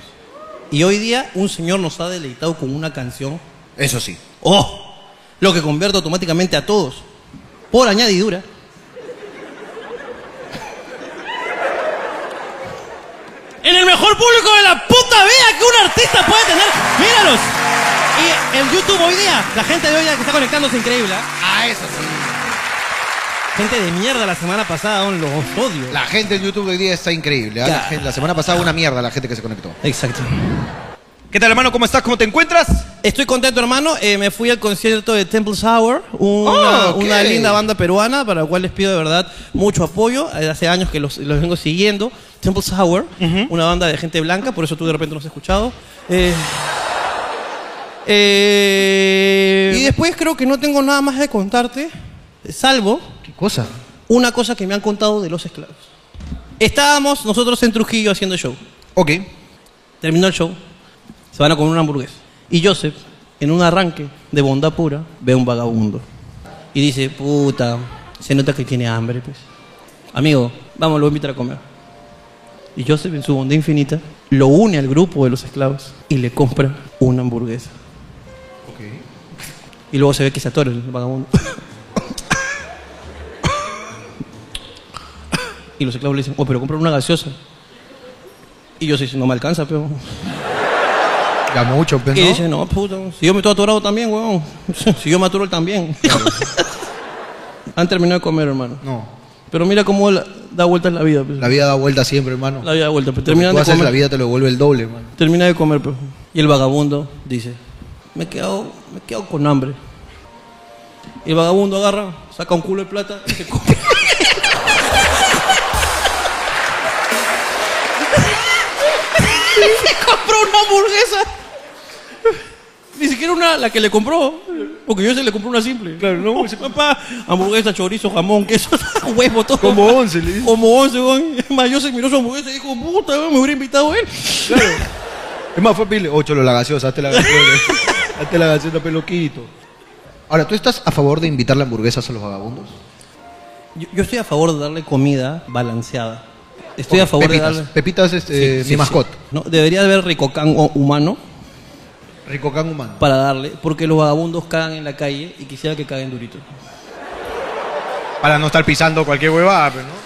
Speaker 1: Y hoy día un señor nos ha deleitado con una canción.
Speaker 2: Eso sí.
Speaker 1: ¡Oh! Lo que convierte automáticamente a todos, por añadidura, en el mejor público de la puta vida que un artista puede tener. ¡Míralos! Y en YouTube hoy día, la gente de hoy día que está conectándose increíble. ¿eh?
Speaker 2: Ah, eso sí.
Speaker 1: Gente de mierda la semana pasada, don, los odio.
Speaker 2: La gente en YouTube hoy día está increíble. ¿ah? La,
Speaker 1: Ya.
Speaker 2: gente- la semana pasada una mierda la gente que se conectó.
Speaker 1: Exacto.
Speaker 2: ¿Qué tal, hermano? ¿Cómo estás? ¿Cómo te encuentras?
Speaker 1: Estoy contento, hermano. Eh, me fui al concierto de Temple Sour, una,
Speaker 2: Ah, ok.
Speaker 1: una linda banda peruana para la cual les pido de verdad mucho apoyo. Eh, Hace años que los, los vengo siguiendo. Temple Sour, una banda de gente blanca, por eso tú de repente no has escuchado. Eh, eh, y después creo que no tengo nada más de contarte, salvo
Speaker 2: ¿Qué cosa?
Speaker 1: una cosa que me han contado de los esclavos. Estábamos nosotros en Trujillo haciendo show.
Speaker 2: Ok.
Speaker 1: Terminó el show, se van a comer una hamburguesa. Y Joseph, en un arranque de bondad pura, ve a un vagabundo. Y dice, puta, se nota que tiene hambre, pues. Amigo, vamos, lo voy a invitar a comer. Y Joseph, en su bondad infinita, lo une al grupo de los esclavos y le compra una hamburguesa. Y luego se ve que se atora el vagabundo. y los esclavos le dicen, oh, pero compra una gaseosa. Y yo dice, no me alcanza, pero...
Speaker 2: Ya mucho, pero
Speaker 1: Y
Speaker 2: no.
Speaker 1: dice, no, puta, si yo me estoy atorado también, weón. <laughs> Si yo me aturo él también. Han terminado de comer, hermano.
Speaker 2: No.
Speaker 1: Pero mira cómo la- da vueltas la vida. pues.
Speaker 2: La vida da vuelta siempre, hermano.
Speaker 1: La vida da vueltas. Pues.
Speaker 2: Lo que
Speaker 1: Terminan
Speaker 2: tú
Speaker 1: de
Speaker 2: haces,
Speaker 1: comer.
Speaker 2: la vida te lo devuelve el doble, hermano.
Speaker 1: Termina de comer, pues. Y el vagabundo dice, me he quedado, me he quedado con hambre. Y el vagabundo agarra, saca un culo de plata y se come. Y <laughs> se compró una hamburguesa. Ni siquiera una, la que le compró. Porque yo se le compró una simple. Claro, no. papá, hamburguesa, chorizo, jamón, queso, <laughs> huevo, todo. Como once, le Como once, weón. Es más, yo se miró su hamburguesa y dijo, puta, weón, me hubiera invitado él.
Speaker 2: <laughs> Es más, fue pile. Ocho, lo la gaseosa, hazte la gaseosa. <laughs> hazte la gaseosa, peloquito. Ahora, ¿tú estás a favor de invitarle hamburguesas a los vagabundos?
Speaker 1: Yo, yo estoy a favor de darle comida balanceada. Estoy a favor
Speaker 2: Pepitas.
Speaker 1: de darle.
Speaker 2: Pepitas es este, mi mascota.
Speaker 1: No, debería haber ricocán humano.
Speaker 2: Ricocán humano.
Speaker 1: para darle, porque los vagabundos cagan en la calle y quisiera que caguen durito.
Speaker 2: Para no estar pisando cualquier huevada, pues, ¿no?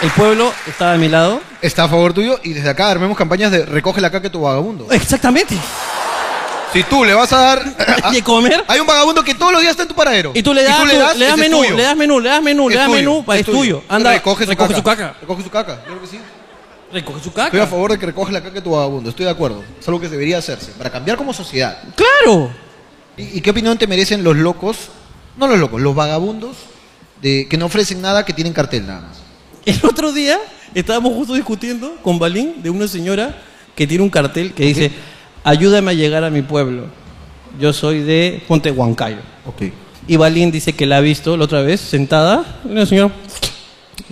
Speaker 1: El pueblo está de mi lado.
Speaker 2: Está a favor tuyo y desde acá armemos campañas de recoge la caca de tu vagabundo.
Speaker 1: Exactamente.
Speaker 2: Si tú le vas a
Speaker 1: <laughs>
Speaker 2: dar
Speaker 1: de comer,
Speaker 2: hay un vagabundo que todos los días está en tu paradero.
Speaker 1: Y tú le das,
Speaker 2: tú
Speaker 1: tu- le das
Speaker 2: ese es
Speaker 1: menú,
Speaker 2: tuyo.
Speaker 1: le das menú, le das menú,
Speaker 2: Es
Speaker 1: le das
Speaker 2: tuyo,
Speaker 1: menú, pa- es tuyo. Anda,
Speaker 2: recoge su
Speaker 1: recoge
Speaker 2: caca.
Speaker 1: su caca.
Speaker 2: Recoge su caca, claro que sí.
Speaker 1: Recoge su caca.
Speaker 2: Estoy a favor de que recoge la caca de tu vagabundo, estoy de acuerdo. Es algo que debería hacerse para cambiar como sociedad.
Speaker 1: ¡Claro!
Speaker 2: ¿Y, y qué opinión te merecen los locos? No los locos, los vagabundos de, que no ofrecen nada, que tienen cartel nada más.
Speaker 1: El otro día estábamos justo discutiendo con Balín de una señora que tiene un cartel que dice, ayúdame a llegar a mi pueblo. Yo soy de Ponte Huancayo. Y Balín dice que la ha visto la otra vez, sentada. Una señora,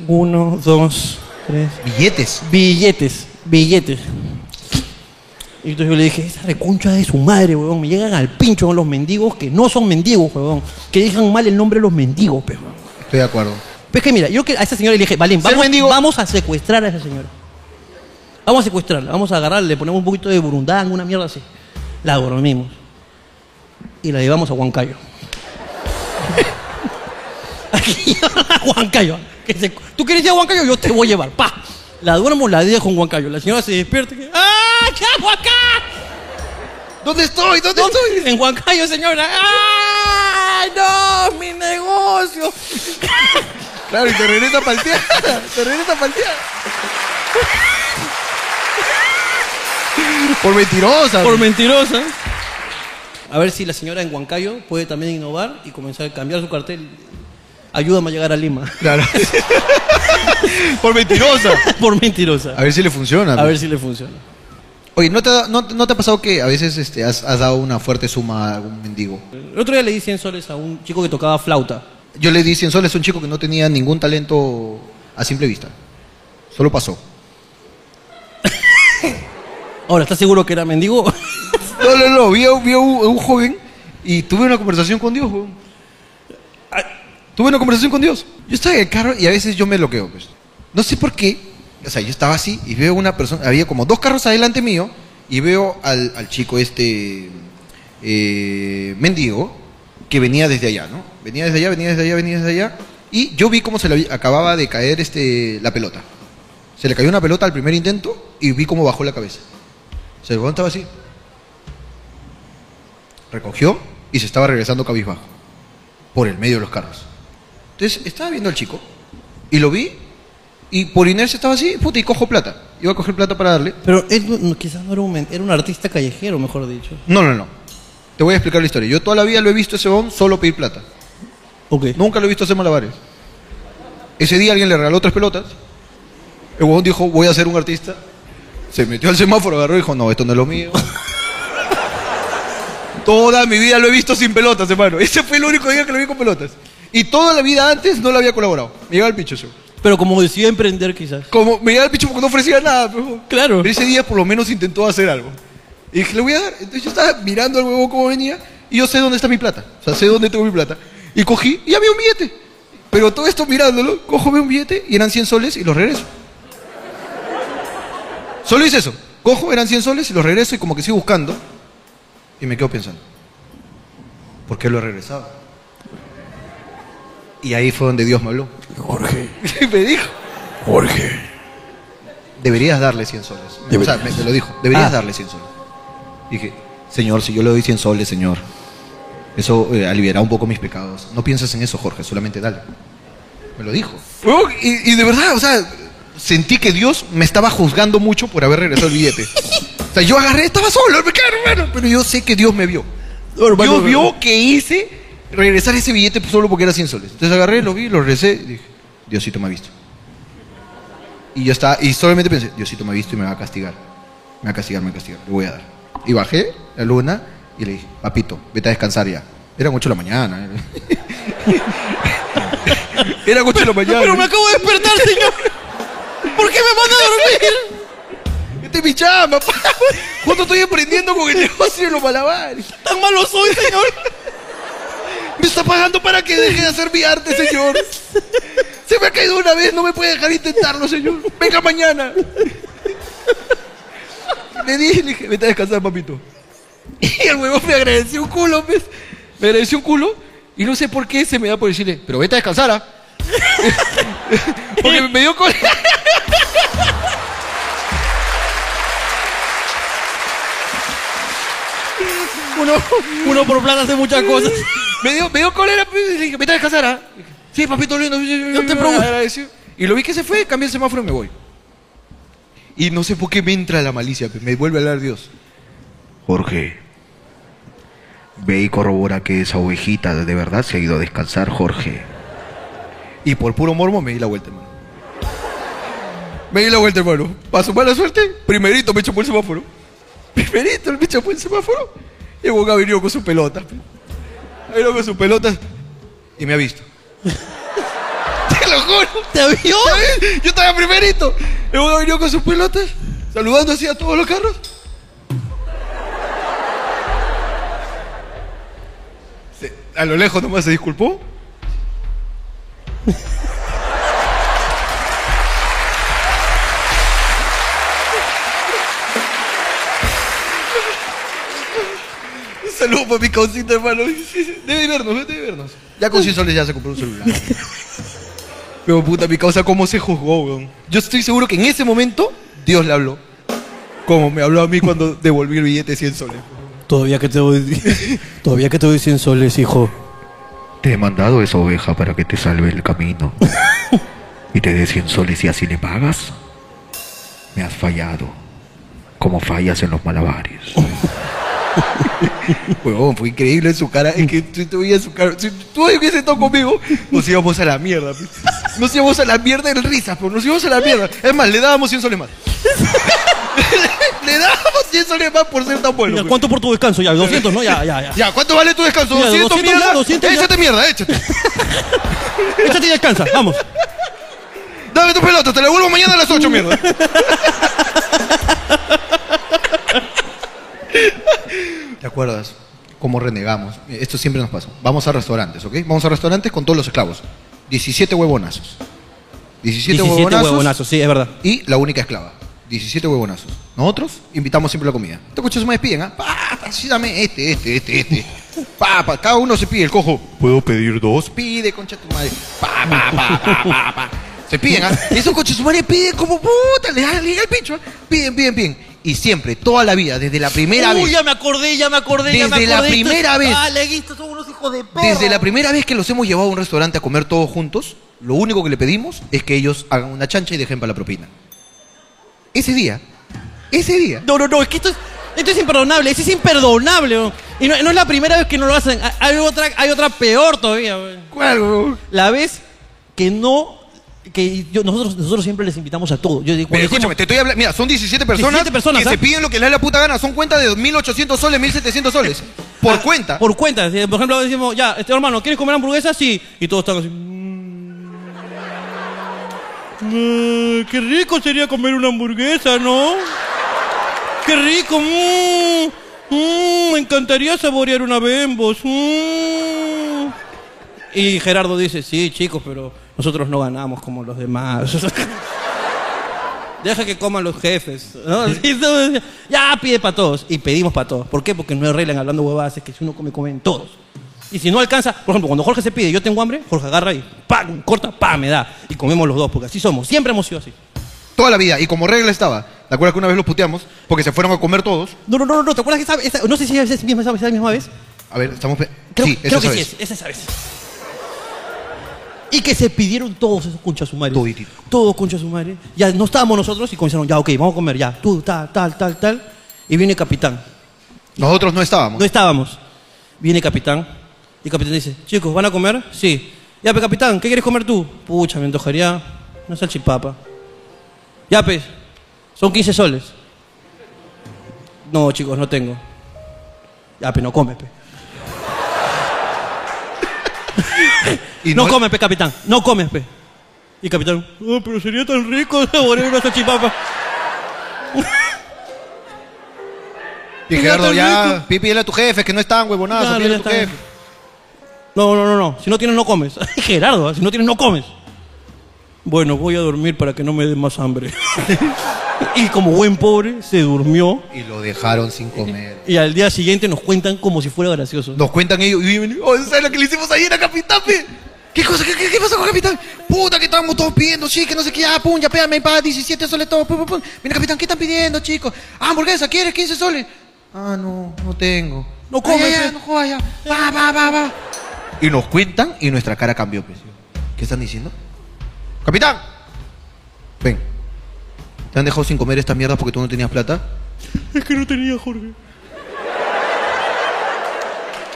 Speaker 1: uno, dos, tres.
Speaker 2: Billetes.
Speaker 1: Billetes, billetes. Y entonces yo le dije, esa reconcha de su madre, huevón. Me llegan al pincho con los mendigos que no son mendigos, huevón. Que dejan mal el nombre de los mendigos, pe, huevón.
Speaker 2: Estoy de acuerdo.
Speaker 1: Pero es que mira, yo que a esa señora le dije, Valín,
Speaker 2: Ser
Speaker 1: vamos,
Speaker 2: mendigo-
Speaker 1: vamos a secuestrar a esa señora. Vamos a secuestrarla, vamos a agarrarla, le ponemos un poquito de burundán, una mierda así. La dormimos. Y la llevamos a Huancayo. <laughs> Aquí llevan a Huancayo. Que se- ¿Tú quieres ir a Huancayo? Yo te voy a llevar. ¡Pa! La duermo, la dejo en Huancayo. La señora se despierta. y dice, ¡Ah! ¿Qué hago acá?
Speaker 2: ¿Dónde estoy? ¿Dónde,
Speaker 1: estoy? En Huancayo, señora. ¡Ah! ¡No! ¡Mi negocio!
Speaker 2: Claro, y te regresa palteada. <laughs> Te regresa palteada. Por mentirosa.
Speaker 1: Por mentirosa. A ver si la señora en Huancayo puede también innovar y comenzar a cambiar su cartel. Ayúdame a llegar a Lima. <laughs>
Speaker 2: Claro. Por mentirosa.
Speaker 1: Por mentirosa.
Speaker 2: A ver si le funciona. pues.
Speaker 1: A ver si le funciona.
Speaker 2: Oye, ¿no te, ha- no, no te ha pasado que a veces este, has, has dado una fuerte suma a algún mendigo?
Speaker 1: El otro día le di 100 soles a un chico que tocaba flauta.
Speaker 2: Yo le di 100 soles a un chico que no tenía ningún talento a simple vista. Solo pasó.
Speaker 1: <laughs> Ahora, ¿estás seguro que era mendigo?
Speaker 2: <laughs> No, no, no. Vi a, vi a un, a un joven y tuve una conversación con Dios, weón. Ah, Tuve una conversación con Dios. Yo estaba en el carro y a veces yo me bloqueo, pues. No sé por qué. O sea, yo estaba así y veo una persona. Había como dos carros adelante mío y veo al, al chico este. eh, mendigo que venía desde allá, ¿no? Venía desde allá, venía desde allá, venía desde allá. Y yo vi cómo se le había- acababa de caer este, la pelota. Se le cayó una pelota al primer intento y vi cómo bajó la cabeza. Se el huevón estaba así. Recogió y se estaba regresando cabizbajo. Por el medio de los carros. Entonces estaba viendo al chico y lo vi y por inercia estaba así, puta, y cojo plata. Iba a coger plata para darle.
Speaker 1: Pero él no- no- quizás no era un men- era un artista callejero, mejor dicho.
Speaker 2: No, no, no. Te voy a explicar la historia. Yo toda la vida lo he visto a ese bon solo pedir plata. Nunca lo he visto hacer malabares. Ese día alguien le regaló tres pelotas. El huevón dijo, voy a ser un artista. Se metió al semáforo, agarró y dijo, no, esto no es
Speaker 1: <laughs>
Speaker 2: lo mío. toda mi vida lo he visto sin pelotas, hermano. Ese fue el único día que lo vi con pelotas. Y toda la vida antes no lo había colaborado. Me llegaba el picho yo.
Speaker 1: Pero como decidió emprender, quizás.
Speaker 2: Como me llegaba el picho porque no ofrecía nada. pues, pero-
Speaker 1: Claro.
Speaker 2: Pero ese día por lo menos intentó hacer algo. Y dije, le voy a dar. Entonces yo estaba mirando al huevo cómo venía y yo sé dónde está mi plata. O sea, sé dónde tengo mi plata. Y cogí y había un billete. Pero todo esto mirándolo, cojo veo un billete y eran 100 soles y los regreso. <laughs> Solo hice eso. Cojo, eran 100 soles y los regreso y como que sigo buscando. Y me quedo pensando. ¿Por qué lo he regresado? Y ahí fue donde Dios me habló. Jorge. Y me dijo. Jorge. Deberías darle 100 soles. O sea, me, me lo dijo. Deberías
Speaker 14: Ah.
Speaker 2: darle 100 soles. Dije, señor, si yo le doy 100 soles, señor, eso eh, aliviará un poco mis pecados. No pienses en eso, Jorge, solamente dale. Me lo dijo. Huevón, Y, y de verdad, o sea, sentí que Dios me estaba juzgando mucho por haber regresado el billete. O sea, yo agarré, estaba solo, me quedé, hermano, pero yo sé que Dios me vio. Dios vio que hice regresar ese billete pues, solo porque era 100 soles. Entonces agarré, lo vi, lo regresé y dije, Diosito me ha visto. Y yo estaba, y solamente pensé, Diosito me ha visto y me va a castigar. Me va a castigar, me va a castigar, le voy a dar. Y bajé la luna y le dije, papito, vete a descansar ya. Eran 8 de la mañana. ¿eh? <laughs> Era 8 de la mañana.
Speaker 1: Pero me acabo de despertar, señor. ¿Por qué me manda a dormir?
Speaker 2: Este es mi chamba, pa. Justo estoy emprendiendo con el negocio de los malabares.
Speaker 1: Tan malo soy, señor.
Speaker 2: Me está pagando para que deje de hacer mi arte, señor. Se me ha caído una vez, no me puede dejar intentarlo, señor. Venga mañana. Le dije, le dije, vete a descansar, papito. Y el huevón me agradeció un culo, pues. Me agradeció un culo. Y no sé por qué se me da por decirle, pero vete a descansar, ¿ah?". Porque me dio col... uno, uno por plata hace muchas cosas. me, dio, me dio cólera, pues, y le dije, vete a descansar, ¿ah?". Sí, papito lindo, yo te pregunto. Y lo vi que se fue, cambié el semáforo y me voy. Y no sé por qué me entra la malicia, pues, me vuelve a hablar Dios. Jorge, ve y corrobora que esa ovejita de verdad se ha ido a descansar, Jorge. Y por puro mormo me di la vuelta, hermano. Me di la vuelta, hermano. Para su mala suerte, primerito me chapó el semáforo. Primerito me chapó el semáforo. Y el boca ha venido con sus pelotas. pe. Ha venido con sus pelotas. Y me ha visto. Te lo juro. ¿Te vio? Yo estaba primerito. El boca ha venido con sus pelotas. Saludando así a todos los carros. Se- a lo lejos nomás se disculpó. Un saludo para mi causita, hermano. Debe vernos, ¿eh? debe vernos. Ya con 100 soles ya se compró un <laughs> celular. Pero puta, mi causa, ¿cómo se juzgó, weón? Yo estoy seguro que en ese momento Dios le habló. Como me habló a mí <laughs> cuando devolví el billete de 100 soles.
Speaker 1: Todavía que te doy, <laughs> todavía que te doy 100 soles, hijo.
Speaker 2: Te he mandado esa oveja para que te salve el <laughs> camino. y te dé 100 soles y así le pagas. Me has fallado. Como fallas en los malabares. Huevón, fue increíble su cara. Es que si tú veías su cara. Si tú hubiese estado conmigo, nos íbamos a la mierda. pe. Nos íbamos a la mierda en risas, pero nos íbamos a la mierda. Es más, le dábamos 100 soles más. <laughs> le dábamos 100 soles más por ser tan bueno. pe.
Speaker 1: ¿Cuánto por tu descanso? Ya, 200, ¿no? Ya, ya, ya.
Speaker 2: Ya, ¿cuánto vale tu descanso?
Speaker 1: Mira,
Speaker 2: 200,
Speaker 1: 200
Speaker 2: mierda.
Speaker 1: ya, 200 ya.
Speaker 2: échate mierda, échate.
Speaker 1: <laughs> Échate y descansa, vamos.
Speaker 2: Dame tu pelota, te la vuelvo mañana a las 8, mierda. ¿Te acuerdas cómo renegamos? Esto siempre nos pasa. Vamos a restaurantes, ¿ok? Vamos a restaurantes con todos los esclavos. 17 huevonazos. 17,
Speaker 1: 17
Speaker 2: huevonazos.
Speaker 1: huevonazos, sí, es verdad.
Speaker 2: Y la única esclava. 17 huevonazos. Nosotros invitamos siempre la comida. Estos coches me despiden, ¿ah? Pa, pa, sí, dame este, este, este, este. Pa, pa, cada uno se pide el cojo. ¿Puedo pedir dos? Pide, concha tu madre. Pa, pa, pa, pa, pa, pa. Se piden, ¿ah? Y esos coches humanos piden como puta, le dan le dan el pincho. ¿ah? Piden, piden, piden. Y siempre, toda la vida, desde la primera
Speaker 1: Uy,
Speaker 2: vez.
Speaker 1: ya me acordé, ya me acordé, ya me
Speaker 2: Desde la
Speaker 1: acordé.
Speaker 2: primera vez.
Speaker 1: Ah, leguistas son unos hijos de perra.
Speaker 2: Desde la primera vez que los hemos llevado a un restaurante a comer todos juntos, lo único que le pedimos es que ellos hagan una chancha y dejen para la propina. Ese día, ese día.
Speaker 1: No, no, no, es que esto es, esto es imperdonable, eso es imperdonable. weón. Y no, no es la primera vez que no lo hacen. Ha- Hay otra, hay otra peor todavía.
Speaker 2: ¿Cuál,
Speaker 1: La vez que no. Que yo- nosotros, nosotros siempre les invitamos a todo. Yo digo,
Speaker 2: Pero
Speaker 1: cuando
Speaker 2: escúchame,
Speaker 1: decimos-
Speaker 2: te estoy hablando. Mira, son 17 personas,
Speaker 1: 17 personas,
Speaker 2: que
Speaker 1: ¿ah?
Speaker 2: se piden lo que les da la puta gana. Son cuentas de 1.800 soles, 1.700 soles. Por cuenta.
Speaker 1: Ah, por cuenta, si, por ejemplo, decimos, ya, este hermano, ¿quieres comer hamburguesa? Sí. Y todos están así. "Mm, qué rico sería comer una hamburguesa, ¿no? Qué rico. mm, mm, me encantaría saborear una Bembos. mm". Y Gerardo dice, sí, chicos, pero nosotros no ganamos como los demás. <laughs> Deja que coman los jefes. ¿no? <laughs> Así todo. ya pide para todos. Y pedimos para todos. ¿Por qué? Porque no hay regla hablando huevadas, es que si uno come, comen todos. Y si no alcanza, por ejemplo, cuando Jorge se pide, yo tengo hambre, Jorge agarra y ¡pam! corta, ¡pam! me da. Y comemos los dos, porque así somos. Siempre hemos sido así.
Speaker 2: Toda la vida. Y como regla estaba. ¿Te acuerdas que una vez los puteamos? Porque se fueron a comer todos.
Speaker 1: No, no, no, no, ¿te acuerdas que esa, esa- no sé si es esa misma, esa, esa misma vez?
Speaker 2: A ver, estamos. pe-
Speaker 1: Creo,
Speaker 2: sí,
Speaker 1: creo
Speaker 2: esa
Speaker 1: que
Speaker 2: vez.
Speaker 1: sí es, es esa vez. Y que se pidieron todos esos conchas sumares. Toditito. Todos conchas sumares. Ya no estábamos nosotros y comenzaron, ya, ok, vamos a comer, ya, tú, tal, tal, tal, tal. Y viene capitán.
Speaker 2: Nosotros no estábamos.
Speaker 1: No estábamos. Viene capitán. Y el capitán dice, chicos, ¿van a comer? Sí. Ya, pe, capitán, ¿qué quieres comer tú? Pucha, me antojaría una salchipapa. Ya, pe, son 15 soles. No, chicos, no tengo. Ya, pe, no come, pe. no, come, pe, capitán. No come, pe. Y el capitán, "Oh, pero sería tan rico saborear una salchipapa.
Speaker 2: Y
Speaker 1: Ya
Speaker 2: Gerardo,
Speaker 1: está
Speaker 2: ya.
Speaker 1: listo.
Speaker 2: pi- Pídele a tu jefe, que no están, huevonazo.
Speaker 1: Claro,
Speaker 2: pídele a
Speaker 1: ya
Speaker 2: tu
Speaker 1: está.
Speaker 2: jefe.
Speaker 1: <laughs> No, no, no, no. Si no tienes, no comes. Gerardo, si no tienes, no comes. Bueno, voy a dormir para que no me dé más hambre. <laughs> y como buen pobre, se durmió.
Speaker 2: Y lo dejaron sin comer.
Speaker 1: Y al día siguiente nos cuentan como si fuera gracioso.
Speaker 2: Nos cuentan ellos y viven, "Oh, ¿sabes lo que le hicimos ayer a Capitán, pe? ¿Qué cosa? ¿Qué, qué, qué pasó con Capitán? Puta, que estábamos todos pidiendo, sí, que no sé qué. Ah, pum, ya pégame, pa, 17 soles todo. Pum, pum, pum. Mira, Capitán, ¿qué están pidiendo, chicos? Ah, hamburguesa, ¿quieres 15 soles? Ah, no, no tengo.
Speaker 15: No
Speaker 2: comes,
Speaker 15: comes.
Speaker 2: eh.
Speaker 15: no jodas ya. Va, va, va, va.
Speaker 2: Y nos cuentan y nuestra cara cambió, pues. ¿Qué están diciendo? Capitán, ven. ¿Te han dejado sin comer esta mierda porque tú no tenías plata?
Speaker 1: Es que no tenía Jorge.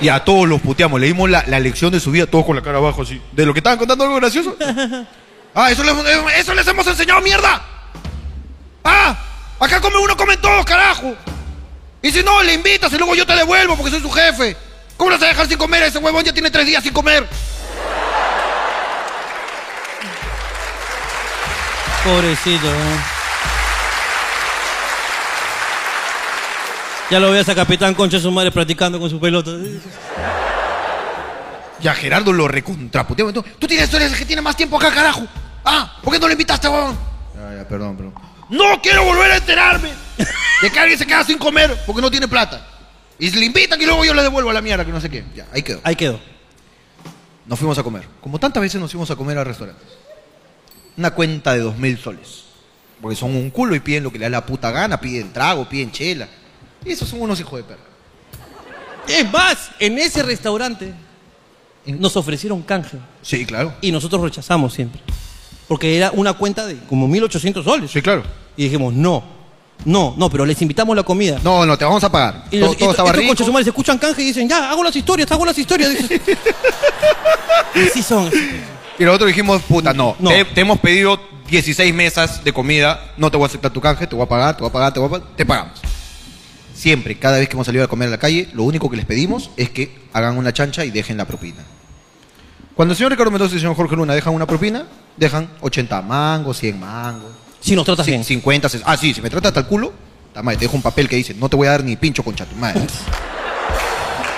Speaker 2: Y a todos los puteamos, le dimos la, la lección de su vida, todos con la cara abajo así. De lo que estaban contando
Speaker 1: <laughs>
Speaker 2: algo gracioso. Ah, eso les, eso les hemos enseñado, mierda. Ah, acá come uno, comen todos, carajo. Y si no, le invitas y luego yo te devuelvo porque soy su jefe. ¿Cómo lo vas a dejar sin comer? Ese huevón ya tiene tres días sin comer.
Speaker 1: Pobrecito. ¿no? Ya lo veas a Capitán Concha su madre practicando con su pelota.
Speaker 2: Ya Gerardo lo recontraputeamos. Tú, tú tienes, tú eres el que tiene más tiempo acá, carajo. Ah, ¿por qué no lo invitaste, huevón? Ah, ya, perdón, perdón. No quiero volver a enterarme de que alguien se queda sin comer porque no tiene plata. Y le invitan y luego yo le devuelvo a la mierda, que no sé qué. Ya, ahí quedó.
Speaker 1: Ahí quedó.
Speaker 2: Nos fuimos a comer. Como tantas veces nos fuimos a comer al restaurante. Una cuenta de dos mil soles. Porque son un culo y piden lo que le da la puta gana, piden trago, piden chela. Y esos son unos hijos de perra.
Speaker 1: Es más, en ese restaurante nos ofrecieron canje.
Speaker 2: Sí, claro.
Speaker 1: Y nosotros rechazamos siempre. Porque era una cuenta de como 1.800 soles. Sí,
Speaker 2: claro.
Speaker 1: Y dijimos, no, no, no, pero les invitamos la comida.
Speaker 2: No, no, te vamos a pagar.
Speaker 1: Y los,
Speaker 2: Todo- todo
Speaker 1: estos-
Speaker 2: estaba
Speaker 1: estos
Speaker 2: rico.
Speaker 1: conchas su madre se escuchan canje y dicen, ya, hago las historias, hago las historias. Dices, Así son.
Speaker 2: Y nosotros dijimos, puta, no. Te, te hemos pedido 16 mesas de comida, no te voy a aceptar tu canje, te voy a pagar, te voy a pagar, te voy a pagar, te pagamos. Siempre, cada vez que hemos salido a comer a la calle, lo único que les pedimos es que hagan una chancha y dejen la propina. Cuando el señor Ricardo Mendoza y el señor Jorge Luna dejan una propina, dejan 80 mangos, 100 mangos.
Speaker 1: Si nos tratas
Speaker 2: bien. 50, ses- ah, sí, si me tratas hasta el culo, ta madre, te dejo un papel que dice, no te voy a dar ni pincho concha
Speaker 1: <laughs>
Speaker 2: tu madre.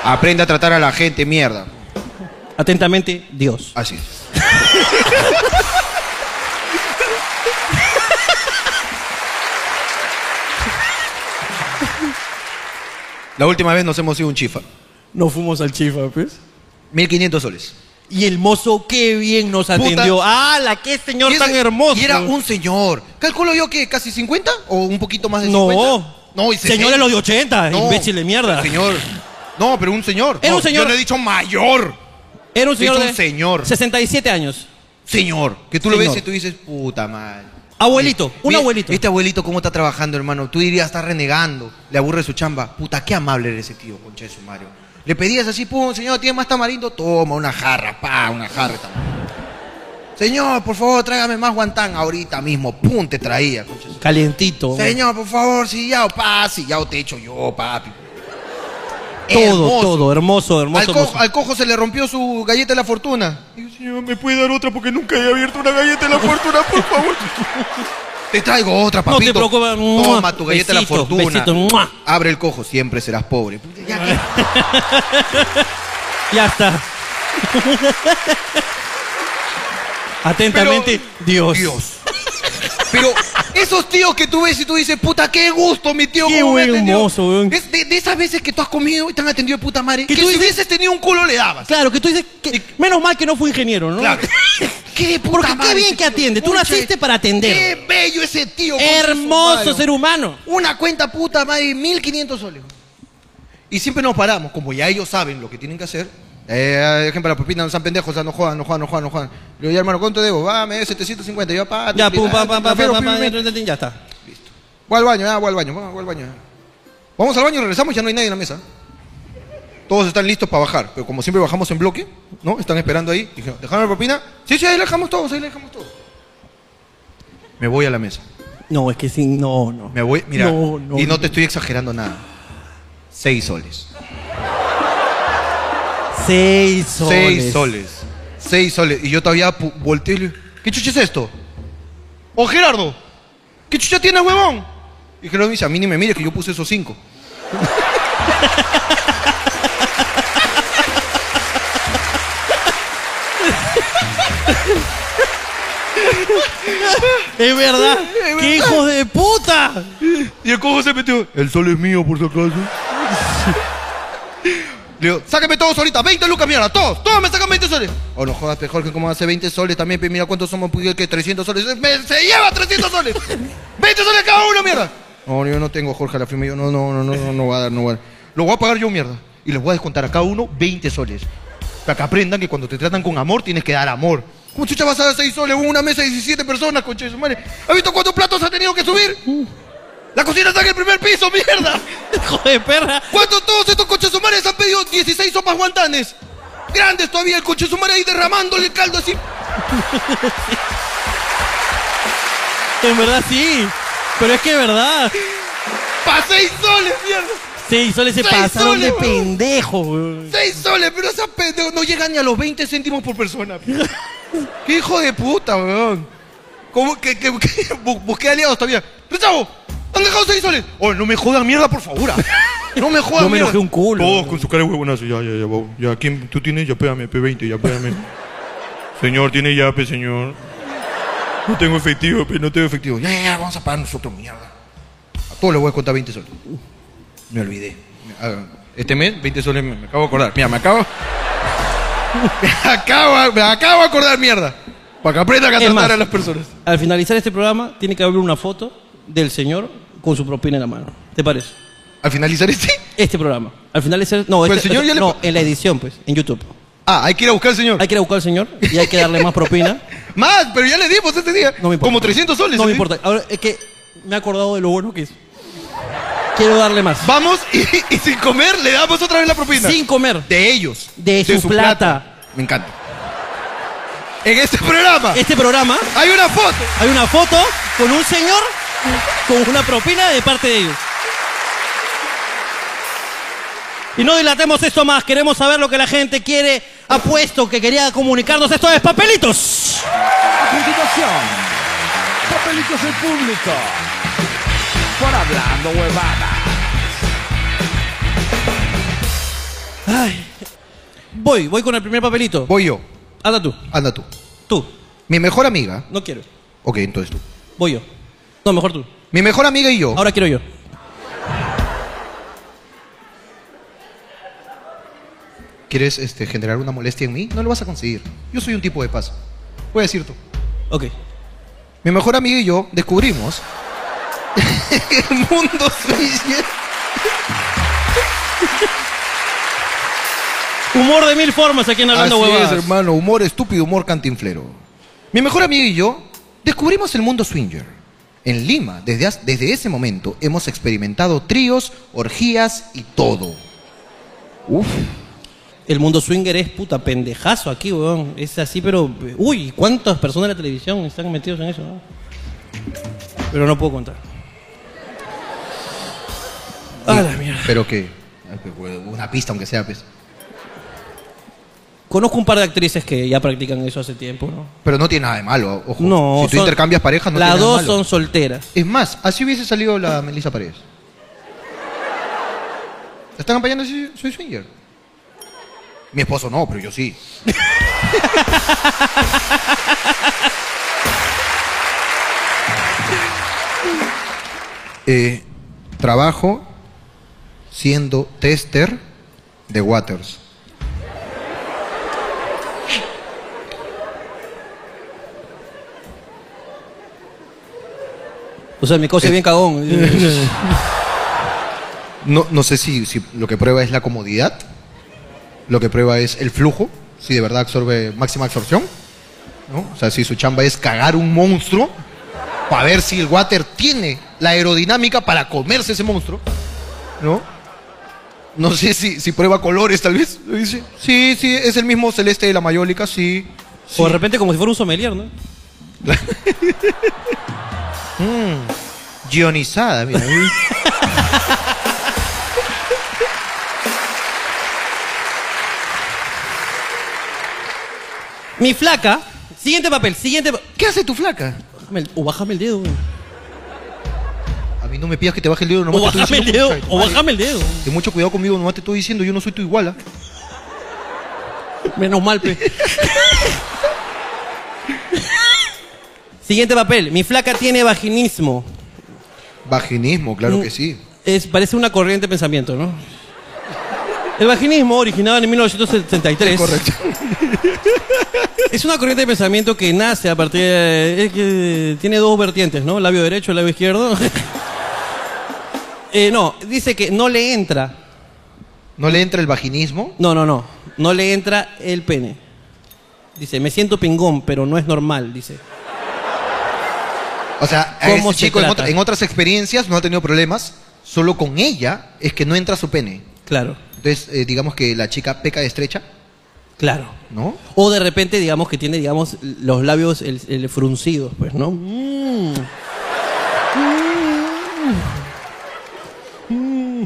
Speaker 2: Aprende a tratar a la gente, mierda.
Speaker 1: Atentamente, Dios.
Speaker 2: Así es. La última vez nos hemos ido a un chifa.
Speaker 1: Nos fuimos al chifa, pues.
Speaker 2: 1500 soles.
Speaker 1: Y el mozo, qué bien nos atendió. ¡Ah, la qué señor
Speaker 2: Y ese-
Speaker 1: tan hermoso!
Speaker 2: Y era un señor. Calculo yo que casi 50 o un poquito más de
Speaker 1: No.
Speaker 2: 50. No, y
Speaker 1: Señor de los de 80, imbécil de mierda.
Speaker 2: Señor. No, pero un señor.
Speaker 1: Era
Speaker 2: No,
Speaker 1: un señor.
Speaker 2: Yo le he dicho mayor.
Speaker 1: Era un
Speaker 2: He dicho
Speaker 1: señor
Speaker 2: un
Speaker 1: de
Speaker 2: señor.
Speaker 1: 67 años.
Speaker 2: Señor. Que tú lo
Speaker 1: Señor.
Speaker 2: ves y tú dices, puta madre.
Speaker 1: Abuelito, un
Speaker 2: Mira,
Speaker 1: abuelito.
Speaker 2: Este abuelito, ¿cómo está trabajando, hermano? Tú dirías, está renegando. Le aburre su chamba. Puta, qué amable eres ese tío, concha de su Mario. Le pedías así, pum, señor, ¿tienes más tamarindo? Toma, una jarra, pa, una jarra de tamarindo. Señor, por favor, tráigame más guantán ahorita mismo. Pum, te traía, concha de su
Speaker 1: Calientito.
Speaker 2: Señor, por favor, si ya, pa, si ya te echo yo, papi.
Speaker 1: Todo,
Speaker 2: Hermoso.
Speaker 1: todo, hermoso, hermoso.
Speaker 2: Al cojo,
Speaker 1: hermoso.
Speaker 2: al cojo se le rompió su galleta de la fortuna. Digo, señor, ¿me puede dar otra? Porque nunca he abierto una galleta de la fortuna, <laughs> por favor. te traigo otra,
Speaker 1: No
Speaker 2: papito.
Speaker 1: te preocupes.
Speaker 2: Toma tu galleta de la
Speaker 1: Besito,
Speaker 2: fortuna.
Speaker 1: besito, mua.
Speaker 2: Abre el cojo, siempre
Speaker 1: <laughs>
Speaker 2: serás pobre.
Speaker 1: Ya está. Atentamente, Dios.
Speaker 2: Dios. Pero esos tíos que tú ves y tú dices, puta, qué gusto, mi tío.
Speaker 1: Qué
Speaker 2: cómo me
Speaker 1: buen
Speaker 2: atendió".
Speaker 1: mozo, weón.
Speaker 2: Es de, de esas veces que tú has comido y te han atendido de puta madre, que,
Speaker 1: Que tú
Speaker 2: si
Speaker 1: dices-
Speaker 2: hubieses tenido un culo le dabas.
Speaker 1: Claro, que tú dices que menos mal que no fui ingeniero, ¿no? <laughs>
Speaker 2: Claro. Qué de puta
Speaker 1: Porque
Speaker 2: madre
Speaker 1: qué bien
Speaker 2: ese
Speaker 1: que
Speaker 2: tío.
Speaker 1: atiende. Tú
Speaker 2: Pucha, eh,
Speaker 1: naciste para atender.
Speaker 2: Qué bello ese tío. concha de su
Speaker 1: Hermoso
Speaker 2: madre.
Speaker 1: ser humano.
Speaker 2: Una cuenta puta madre, 1500 soles. Y siempre nos paramos, como ya ellos saben lo que tienen que hacer. Eh, dejen para la propina, no sean pendejos, o sea, no juegan, no juegan, no juegan, no juegan. Le digo, ya hermano, ¿cuánto debo? Va, me debe 750. Yo, pa,
Speaker 1: Ya,
Speaker 2: te-
Speaker 1: pum,
Speaker 2: ah,
Speaker 1: pam, pam,
Speaker 2: te
Speaker 1: pam,
Speaker 2: transfiero,
Speaker 1: pam,
Speaker 2: pim,
Speaker 1: pam,
Speaker 2: pim, pim.
Speaker 1: ya está.
Speaker 2: Voy al baño, ah, voy al baño, voy al baño. Vamos al baño, regresamos, ya no hay nadie en la mesa. Todos están listos para bajar, pero como siempre bajamos en bloque, ¿no? Están esperando ahí. Dijeron, ¿dejaron la propina? Sí, sí, ahí la dejamos todos, ahí la dejamos todos. Me voy a la mesa.
Speaker 1: No, es que sin. No, no.
Speaker 2: Me voy, mira,
Speaker 1: No, no,
Speaker 2: y no
Speaker 1: no.
Speaker 2: te estoy exagerando nada. Seis soles.
Speaker 1: Seis soles.
Speaker 2: Seis soles. Seis soles. Y yo todavía pu- volteé y le ¿qué chucha es esto? ¡Oh, Gerardo! ¿Qué chucha tienes, huevón? Y Gerardo me dice, a mí ni me mires que yo puse esos cinco.
Speaker 1: Es
Speaker 13: <laughs>
Speaker 1: verdad. ¡Qué hijos de puta!
Speaker 2: Y el cojo se metió. El sol es mío, por si acaso. Le digo, sácame todos ahorita, 20 lucas, mierda, todos, todos me sacan 20 soles. O no jodas, pe, Jorge, ¿cómo hace 20 soles también? pe, mira cuántos somos, pues, que 300 soles. Me- se lleva 300 soles. 20 soles cada uno, mierda. No, yo no tengo, Jorge, la firma. Yo no, no, no, no, no, no va a dar, no va a dar. Lo voy a pagar yo, mierda. Y les voy a descontar a cada uno 20 soles. Para que aprendan que cuando te tratan con amor, tienes que dar amor. ¿Cómo chucha vas a dar 6 soles? Una mesa de 17 personas, conche de su madre. ¿Has visto cuántos platos ha tenido que subir? La cocina está en el primer piso, mierda. Hijo de perra. ¿Cuántos todos estos coches humanos han pedido 16 sopas guantanes? Grandes todavía, el coche sumare ahí derramándole el caldo así.
Speaker 1: En verdad sí. Pero es que es verdad.
Speaker 2: ¡Pa 6 soles, mierda!
Speaker 1: Sí, solo se
Speaker 2: Seis
Speaker 1: pasaron
Speaker 2: soles,
Speaker 1: de
Speaker 2: weón.
Speaker 1: pendejo, weón.
Speaker 2: ¡6 soles! Pero esos pendejos no llegan ni a los 20 céntimos por persona. pe. ¡Qué hijo de puta, weón! ¿Cómo que, que, que- bu- busqué aliados todavía? ¡Rechavo! ¿Han dejado 6 soles? ¡Oh, no me jodan mierda, por favor! ah. ¡No me jodan
Speaker 14: Yo me
Speaker 2: mierda! Oh,
Speaker 14: enojé un
Speaker 2: culo.
Speaker 14: Todos con su cara de huevonazo. Ya, ya, ya, babo. Ya, ¿quién tú tienes? Ya pégame, P20, ya pégame. señor, tiene yape, señor. No tengo efectivo, pe, no tengo efectivo. Ya, ya, ya, vamos a pagar nosotros, mierda.
Speaker 2: A todos les voy a contar 20 soles. <laughs> Me olvidé. Ah, Este mes, 20 soles, me, me acabo de acordar. Mira, me acabo. Me acabo, me acabo de acordar, mierda. Para que aprenda a
Speaker 1: Es más,
Speaker 2: tratar a las personas.
Speaker 1: Al finalizar este programa, tiene que haber una foto del señor con su propina en la mano. ¿Te parece?
Speaker 2: ¿Al finalizar este?
Speaker 1: Este programa. Al finalizar. No,
Speaker 2: Pero el
Speaker 1: este-
Speaker 2: señor ya le
Speaker 1: no
Speaker 2: pa-
Speaker 1: en la edición, pues, en YouTube.
Speaker 2: Ah, hay que ir a buscar al señor.
Speaker 1: Hay que ir a buscar al señor y hay que darle más propina.
Speaker 2: <laughs> Más, pero ya le dimos este día.
Speaker 1: No me importa.
Speaker 2: Como 300 soles.
Speaker 1: No me
Speaker 2: ¿sí?
Speaker 1: importa. Ahora es que me he acordado de lo bueno que es. Quiero darle más.
Speaker 2: Vamos y, y sin comer le damos otra vez la propina.
Speaker 1: Sin comer.
Speaker 2: De ellos.
Speaker 1: De, su, plata.
Speaker 2: Me encanta. En este programa.
Speaker 1: Este programa.
Speaker 2: Hay una foto.
Speaker 1: Hay una foto con un señor con una propina de parte de ellos. Y no dilatemos esto más, queremos saber lo que la gente quiere. Apuesto que quería comunicarnos esto es papelitos.
Speaker 16: A continuación, papelitos del público. Por hablando huevada.
Speaker 1: Ay. Voy, voy con el primer papelito.
Speaker 2: Voy yo.
Speaker 1: Anda tú.
Speaker 2: Anda tú.
Speaker 1: Tú.
Speaker 2: Mi mejor amiga.
Speaker 1: No quiero.
Speaker 2: Ok, entonces tú.
Speaker 1: Voy yo. No, mejor tú.
Speaker 2: Mi mejor amiga y yo.
Speaker 1: Ahora quiero yo.
Speaker 2: ¿Quieres este, generar una molestia en mí? No lo vas a conseguir. Yo soy un tipo de paz. Voy a decir tú.
Speaker 1: Ok.
Speaker 2: Mi mejor amiga y yo descubrimos que <laughs> el mundo se
Speaker 1: Humor de mil formas aquí en Hablando
Speaker 2: Así
Speaker 1: Huevadas.
Speaker 2: es,
Speaker 1: <laughs>
Speaker 2: hermano. <laughs> Humor estúpido, humor cantinflero. Mi mejor amigo y yo descubrimos el mundo swinger. En Lima, desde, as- desde ese momento, hemos experimentado tríos, orgías y todo. Uf.
Speaker 1: El mundo swinger es puta pendejazo aquí, weón. Es así, pero. Uy, ¿cuántas personas de la televisión están metidos en eso? no? Pero no puedo contar. A la mierda.
Speaker 2: Pero que... ay, pues, huevo, Una pista, aunque sea, pues.
Speaker 1: Conozco un par de actrices que ya practican eso hace tiempo, ¿no?
Speaker 2: Pero no tiene nada de malo, ojo.
Speaker 1: No,
Speaker 2: si tú
Speaker 1: son-
Speaker 2: intercambias parejas, no
Speaker 1: Las
Speaker 2: tiene nada de
Speaker 1: dos
Speaker 2: malo.
Speaker 1: son solteras.
Speaker 2: Es más, así hubiese salido la Melissa Paredes. ¿Te están acompañando? Sí, Soy swinger. Mi esposo no, pero yo sí. Eh, trabajo siendo tester de Waters.
Speaker 1: O sea, mi cosa es bien cagón. <laughs>
Speaker 2: <laughs> No, no sé si, si lo que prueba es la comodidad, lo que prueba es el flujo, si de verdad absorbe máxima absorción. ¿no? O sea, si su chamba es cagar un monstruo para ver si el water tiene la aerodinámica para comerse ese monstruo. ¿No? No sé si, si prueba colores, tal vez. Dice, Sí, sí, es el mismo celeste de la mayólica, sí.
Speaker 1: O de repente como si fuera un sommelier, ¿no?
Speaker 2: <laughs> Mm, guionizada, mira.
Speaker 1: <laughs> Mi flaca. Siguiente papel, siguiente.
Speaker 2: ¿Qué hace tu flaca?
Speaker 1: Bájame el- o bájame el dedo, weón.
Speaker 2: A mí no me pidas que te baje el dedo, nomás
Speaker 1: O
Speaker 2: te estoy
Speaker 1: bájame el
Speaker 2: diciendo,
Speaker 1: dedo,
Speaker 2: concha de tu
Speaker 1: o
Speaker 2: madre.
Speaker 1: bájame el dedo.
Speaker 2: Ten mucho cuidado conmigo, nomás te estoy diciendo, yo no soy tu ¿ah? iguala. <laughs>
Speaker 1: Menos mal, pe. Siguiente papel. Mi flaca tiene vaginismo.
Speaker 2: Vaginismo, claro que sí.
Speaker 1: Mm, Es, parece una corriente de pensamiento, ¿no? El vaginismo, originado en 1973. Correcto. Es una corriente de pensamiento que nace a partir de. es que tiene dos vertientes, ¿no? Labio derecho, labio izquierdo. <laughs> Eh, no, dice que no le entra.
Speaker 2: ¿No le entra el vaginismo?
Speaker 1: No, no, no. No le entra el pene. Dice, me siento pingón, pero no es normal, dice.
Speaker 2: O sea, a
Speaker 1: ¿Cómo
Speaker 2: ese
Speaker 1: se
Speaker 2: chico en,
Speaker 1: trata?
Speaker 2: otra- en otras experiencias no ha tenido problemas, solo con ella es que no entra su pene.
Speaker 1: Claro.
Speaker 2: Entonces, eh, digamos que la chica peca de estrecha.
Speaker 1: Claro.
Speaker 2: ¿No?
Speaker 1: O de repente, digamos que tiene, digamos, los labios el, el fruncidos, pues, ¿no? Mm.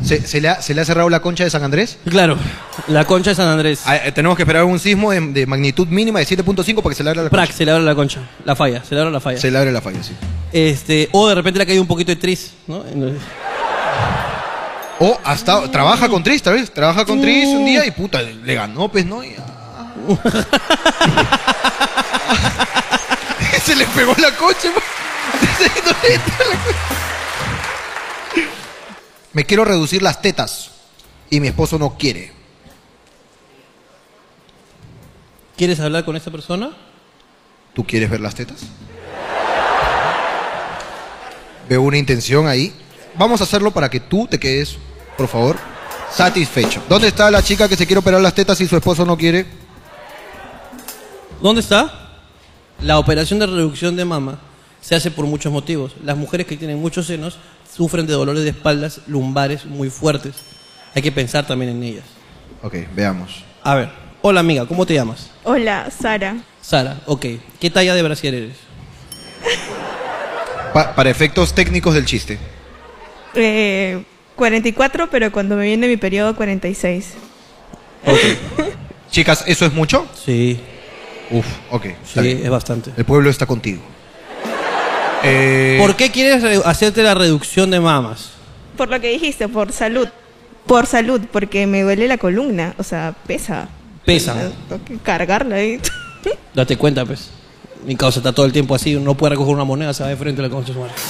Speaker 2: ¿Se, se le ha, se le ha cerrado la concha de San Andrés? Ah, eh,
Speaker 1: Claro, la concha de San Andrés.
Speaker 2: tenemos que esperar un sismo de, de magnitud mínima de 7.5 para que se le abra la
Speaker 1: Prac, se le abre la concha. La falla, se le abre la falla.
Speaker 2: concha. Se le abre la falla, sí.
Speaker 1: Este, o de repente le ha caído un poquito de tris, ¿no?
Speaker 2: O hasta trabaja con tris, ¿sabes? Trabaja con tris un día y puta, le ganó, pues, ¿no? <laughs> Y- se le pegó la coche. <laughs> Me quiero reducir las tetas y mi esposo no quiere.
Speaker 1: ¿Quieres hablar con esa persona?
Speaker 2: ¿Tú quieres ver las tetas? Veo una intención ahí. Vamos a hacerlo para que tú te quedes, por favor, satisfecho. ¿Dónde está la chica que se quiere operar las tetas y su esposo no quiere?
Speaker 1: ¿Dónde está? La operación de reducción de mama se hace por muchos motivos. Las mujeres que tienen muchos senos sufren de dolores de espaldas lumbares muy fuertes. Hay que pensar también en ellas.
Speaker 2: Ok, veamos.
Speaker 1: A ver, hola amiga, ¿cómo te llamas?
Speaker 12: Hola, Sara.
Speaker 1: Sara, ok. ¿Qué talla de brasier eres?
Speaker 2: Pa- para efectos técnicos del chiste.
Speaker 12: Eh, 44, pero cuando me viene mi periodo 46.
Speaker 1: <laughs>
Speaker 2: Chicas, ¿eso es mucho?
Speaker 1: Sí.
Speaker 2: Uf, ok.
Speaker 1: Sí, es bastante.
Speaker 2: El pueblo está
Speaker 1: <laughs>
Speaker 2: contigo. Eh,
Speaker 1: ¿Por qué quieres re- hacerte la reducción de mamas?
Speaker 12: Por lo que dijiste, por salud. Por salud, porque me duele la columna, o sea, pesa.
Speaker 2: Eh,
Speaker 1: Pesa.
Speaker 12: Tengo que cargarla ahí.
Speaker 1: Date cuenta, pues. Mi causa está todo el tiempo así, no puede recoger una moneda, se va de frente a la concha de su madre.
Speaker 2: <laughs>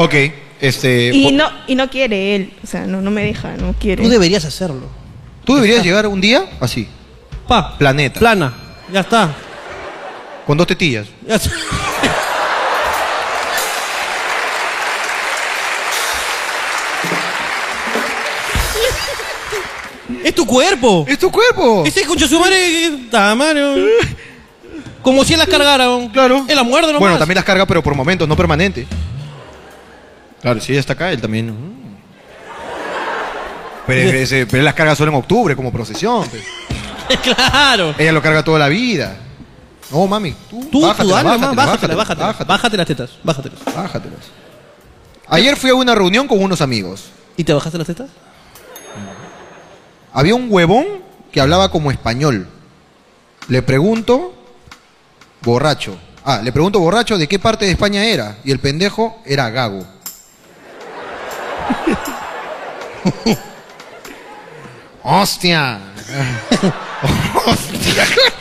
Speaker 2: Ok, este...
Speaker 12: <laughs> y
Speaker 2: po-
Speaker 12: no y no quiere él, o sea, no no me deja, no quiere.
Speaker 1: Eh, Tú deberías hacerlo.
Speaker 2: Tú
Speaker 1: <laughs>
Speaker 2: deberías llegar un día así.
Speaker 1: Pa.
Speaker 2: Planeta.
Speaker 1: Plana. Ah, Ya está.
Speaker 2: Con dos tetillas.
Speaker 1: Ya está. ¡Es tu cuerpo!
Speaker 2: ¡Es tu cuerpo!
Speaker 1: Ese concha de su madre, eh, ta madre, oh. Como si él las cargara, Claro. Él la muerde nomás.
Speaker 2: Bueno, también las carga, pero por momentos, no permanente. Claro, si ella está acá, él también. mm. Pero, ese- pero él las carga solo en octubre, como procesión. pues.
Speaker 1: <laughs> claro.
Speaker 2: Ella lo carga toda la vida. No, mami, tú.
Speaker 1: Tú, tú dale,
Speaker 2: bájatelas,
Speaker 1: nomás, bájatela, bájatela.
Speaker 2: bájatelas, bájatelas.
Speaker 1: Bájate las tetas, bájatelas.
Speaker 2: Bájatelas. Ayer fui a una reunión con unos amigos.
Speaker 1: ¿Y te bajaste las tetas?
Speaker 2: Había un huevón que hablaba como español. Le pregunto, borracho. Ah, le pregunto, borracho, ¿de qué parte de España era? Y el pendejo era gago. ¡Hostia! <laughs> ¡Hostia!
Speaker 1: <laughs>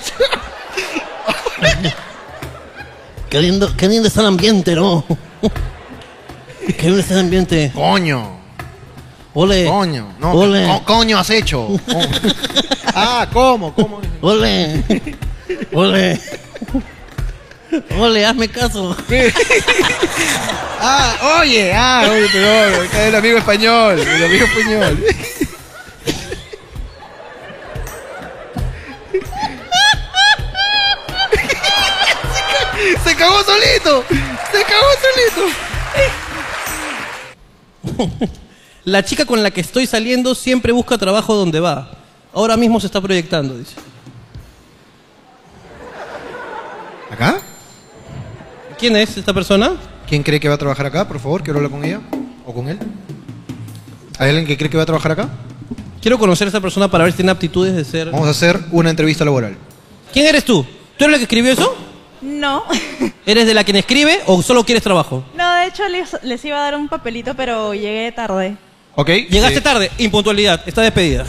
Speaker 1: Qué lindo, qué lindo está el ambiente, ¿no? Qué lindo está el ambiente.
Speaker 2: Coño.
Speaker 1: Ole.
Speaker 2: Coño. No,
Speaker 1: Ole.
Speaker 2: co- coño has
Speaker 1: <laughs>
Speaker 2: hecho? Co- ah, ¿cómo? ¿Cómo?
Speaker 1: Ole. Ole. Ole, hazme caso.
Speaker 2: ah, oye, ah, oye, pero acá el amigo español, el amigo español. Se cagó solito. Se cagó
Speaker 1: La chica con la que estoy saliendo siempre busca trabajo donde va. Ahora mismo se está proyectando, dice.
Speaker 2: ¿Acá?
Speaker 1: ¿Quién es esta persona?
Speaker 2: ¿Quién cree que va a trabajar acá? Por favor, quiero hablar con ella o con él. ¿Hay alguien que cree que va a trabajar acá?
Speaker 1: Quiero conocer a esta persona para ver si tiene aptitudes de ser.
Speaker 2: Vamos a hacer una entrevista laboral.
Speaker 1: ¿Quién eres tú? ¿Tú eres la que escribió eso?
Speaker 12: <laughs>
Speaker 17: No,
Speaker 1: ¿Eres de la quien escribe o solo quieres trabajo?
Speaker 17: no, de hecho les, les iba a dar un papelito, pero llegué tarde.
Speaker 2: Ok.
Speaker 1: Llegaste tarde, impuntualidad, está <laughs> despedida.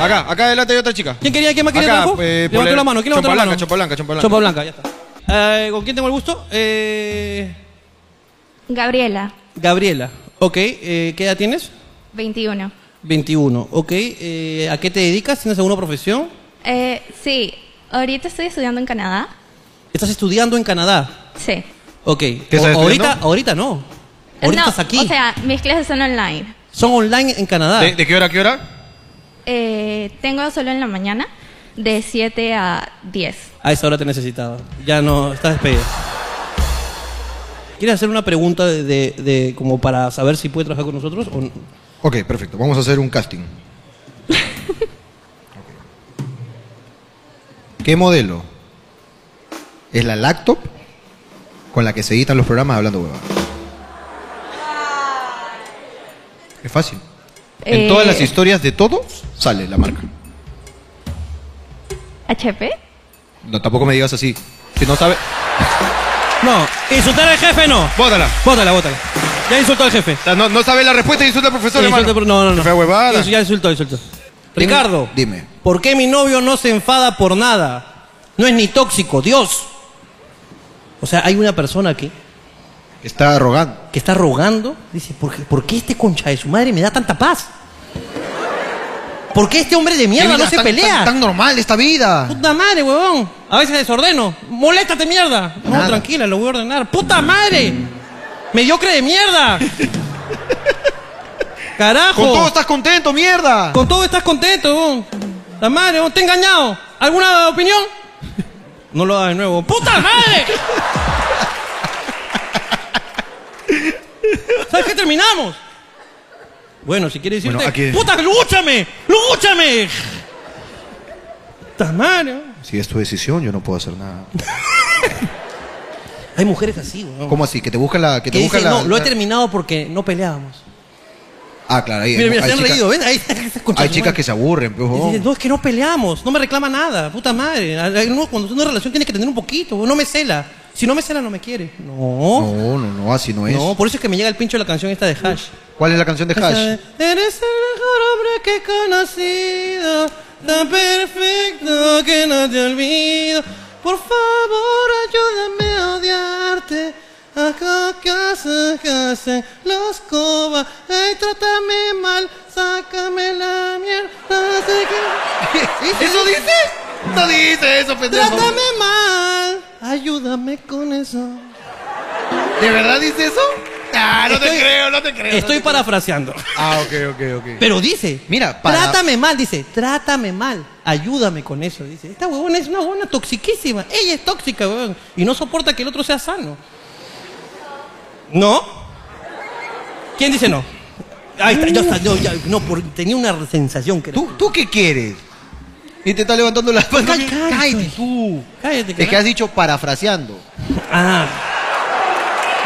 Speaker 13: Acá, acá adelante hay otra chica.
Speaker 1: ¿Quién quería? ¿Quién más quería
Speaker 13: Acá,
Speaker 1: trabajo?
Speaker 13: eh,
Speaker 1: Levantó
Speaker 13: ponle-
Speaker 1: la mano. ¿Quién levantó la mano?
Speaker 13: Chompa blanca, chompa blanca,
Speaker 1: Chompa blanca, ya está. Eh, ¿Con quién tengo el gusto? Eh,
Speaker 3: Gabriela,
Speaker 1: Gabriela. Ok, eh, ¿qué edad tienes?
Speaker 3: 21.
Speaker 1: 21. Ok, eh, ¿a qué te dedicas? ¿Tienes alguna profesión?
Speaker 3: Eh, sí, ahorita estoy estudiando en Canadá.
Speaker 1: ¿Estás estudiando en Canadá?
Speaker 3: Sí.
Speaker 1: Ok.
Speaker 13: ¿Qué estás
Speaker 1: O- ahorita,
Speaker 13: estudiando?
Speaker 1: ahorita no. Ahorita
Speaker 3: no,
Speaker 1: estás aquí.
Speaker 3: O sea, mis clases son online.
Speaker 1: Son online en Canadá.
Speaker 13: ¿De, de qué hora a qué hora?
Speaker 3: Eh, tengo solo en la mañana de 7 a 10.
Speaker 1: A esa hora te necesitaba. Ya no, estás despedida. ¿Quieres hacer una pregunta de, de- de- como para saber si puede trabajar con nosotros? O no?
Speaker 2: Ok, perfecto. Vamos a hacer un casting. Ok. ¿Qué modelo? Es la laptop con la que se editan los programas de hablando hueva. Es fácil. En
Speaker 3: Eh,
Speaker 2: todas las historias de todos sale la marca.
Speaker 3: ¿HP?
Speaker 2: No, tampoco me digas así. Si no sabes.
Speaker 1: <laughs> No, insultar al jefe no.
Speaker 13: Bótala.
Speaker 1: Bótala, bótala. Ya insultó al jefe.
Speaker 13: no, no sabe la respuesta, insulta al profesor,
Speaker 1: Sí,
Speaker 13: hermano.
Speaker 1: insulta al pro- no, no, no.
Speaker 13: Fue huevada.
Speaker 1: Eso ya insultó, insultó. Ricardo.
Speaker 2: Dime.
Speaker 1: ¿Por qué mi novio no se enfada por nada? No es ni tóxico, Dios. O sea, hay una persona aquí
Speaker 2: Está rogando.
Speaker 1: que está rogando. Dice, ¿por qué, por qué este concha de su madre me da tanta paz? ¿Por qué este hombre de mierda
Speaker 2: Mira,
Speaker 1: no se
Speaker 2: tan-
Speaker 1: pelea?
Speaker 2: tan- tan normal esta vida.
Speaker 1: Puta madre, huevón. A veces desordeno. Moléstate, mierda. No, tranquila, lo voy a ordenar. ¡Puta madre! ¡Mediocre de
Speaker 2: <laughs>
Speaker 1: mierda! ¡Carajo!
Speaker 2: Con todo estás contento, mierda.
Speaker 1: Con todo estás contento, huevón. La madre, huevón, te he engañado. ¿Alguna opinión? No lo hagas de nuevo. ¡Puta madre! ¿Sabes qué terminamos? Bueno, si quieres decirte.
Speaker 2: Bueno, aquí-
Speaker 1: ¡Puta, lúchame! ¡Lúchame! ¡Puta madre! huevón.
Speaker 2: Si es tu decisión, yo no puedo hacer nada.
Speaker 1: Hay mujeres así, huevón.
Speaker 2: ¿Cómo así? Que te busca la. Que te
Speaker 1: que
Speaker 2: busca
Speaker 1: dicen,
Speaker 2: la,
Speaker 1: no, lo he
Speaker 2: la-
Speaker 1: terminado porque no peleábamos.
Speaker 2: Ah, claro, ahí.
Speaker 1: Mira, mira,
Speaker 2: hay
Speaker 1: se han
Speaker 2: chicas-
Speaker 1: reído, ven, ahí <laughs> se escucha
Speaker 2: Hay
Speaker 1: su
Speaker 2: chicas
Speaker 1: madre.
Speaker 2: que se aburren, pues,
Speaker 1: Y
Speaker 2: huevón.
Speaker 1: dices, no, es que no peleamos, no me reclama nada, puta madre. Ay, uno, cuando tiene una relación tienes que tener un poquito, no me cela. Si no me cela, no me quiere. No.
Speaker 2: No, no, no, así no es.
Speaker 1: No, por eso es que me llega el pincho de la canción esta de Hash.
Speaker 2: ¿Cuál es la canción de
Speaker 1: Esa
Speaker 2: Hash?
Speaker 1: de, Eres el mejor hombre que he conocido, tan perfecto que no te olvido. Por favor, ayúdame a odiarte. Acá casa, casa, la escoba. Ay, eh, trátame mal, sácame la mierda. sé que-
Speaker 13: ¿Eso dice? No dice eso, pendejo.
Speaker 1: Trátame mal, ayúdame con eso.
Speaker 13: ¿De verdad dice eso? Ah, no te
Speaker 1: Estoy-
Speaker 13: creo, no te creo. no
Speaker 1: Estoy
Speaker 13: te
Speaker 1: parafraseando.
Speaker 2: Ah, ok, ok, ok.
Speaker 1: Pero dice,
Speaker 2: Mira, para-
Speaker 1: trátame mal, dice, trátame mal, ayúdame con eso, dice. Esta huevona es una huevona toxiquísima, ella es tóxica, huevón, y no soporta que el otro sea sano. ¿No? ¿Quién dice no? Ahí está, ya está, no, ya, no, por- tenía una sensación que... ¿Tú,
Speaker 2: ¿Tú qué quieres? Y te está levantando la mano.
Speaker 1: Cállate
Speaker 2: tú.
Speaker 1: Cállate.
Speaker 2: Es que
Speaker 1: carajo.
Speaker 2: has dicho parafraseando.
Speaker 1: Ah.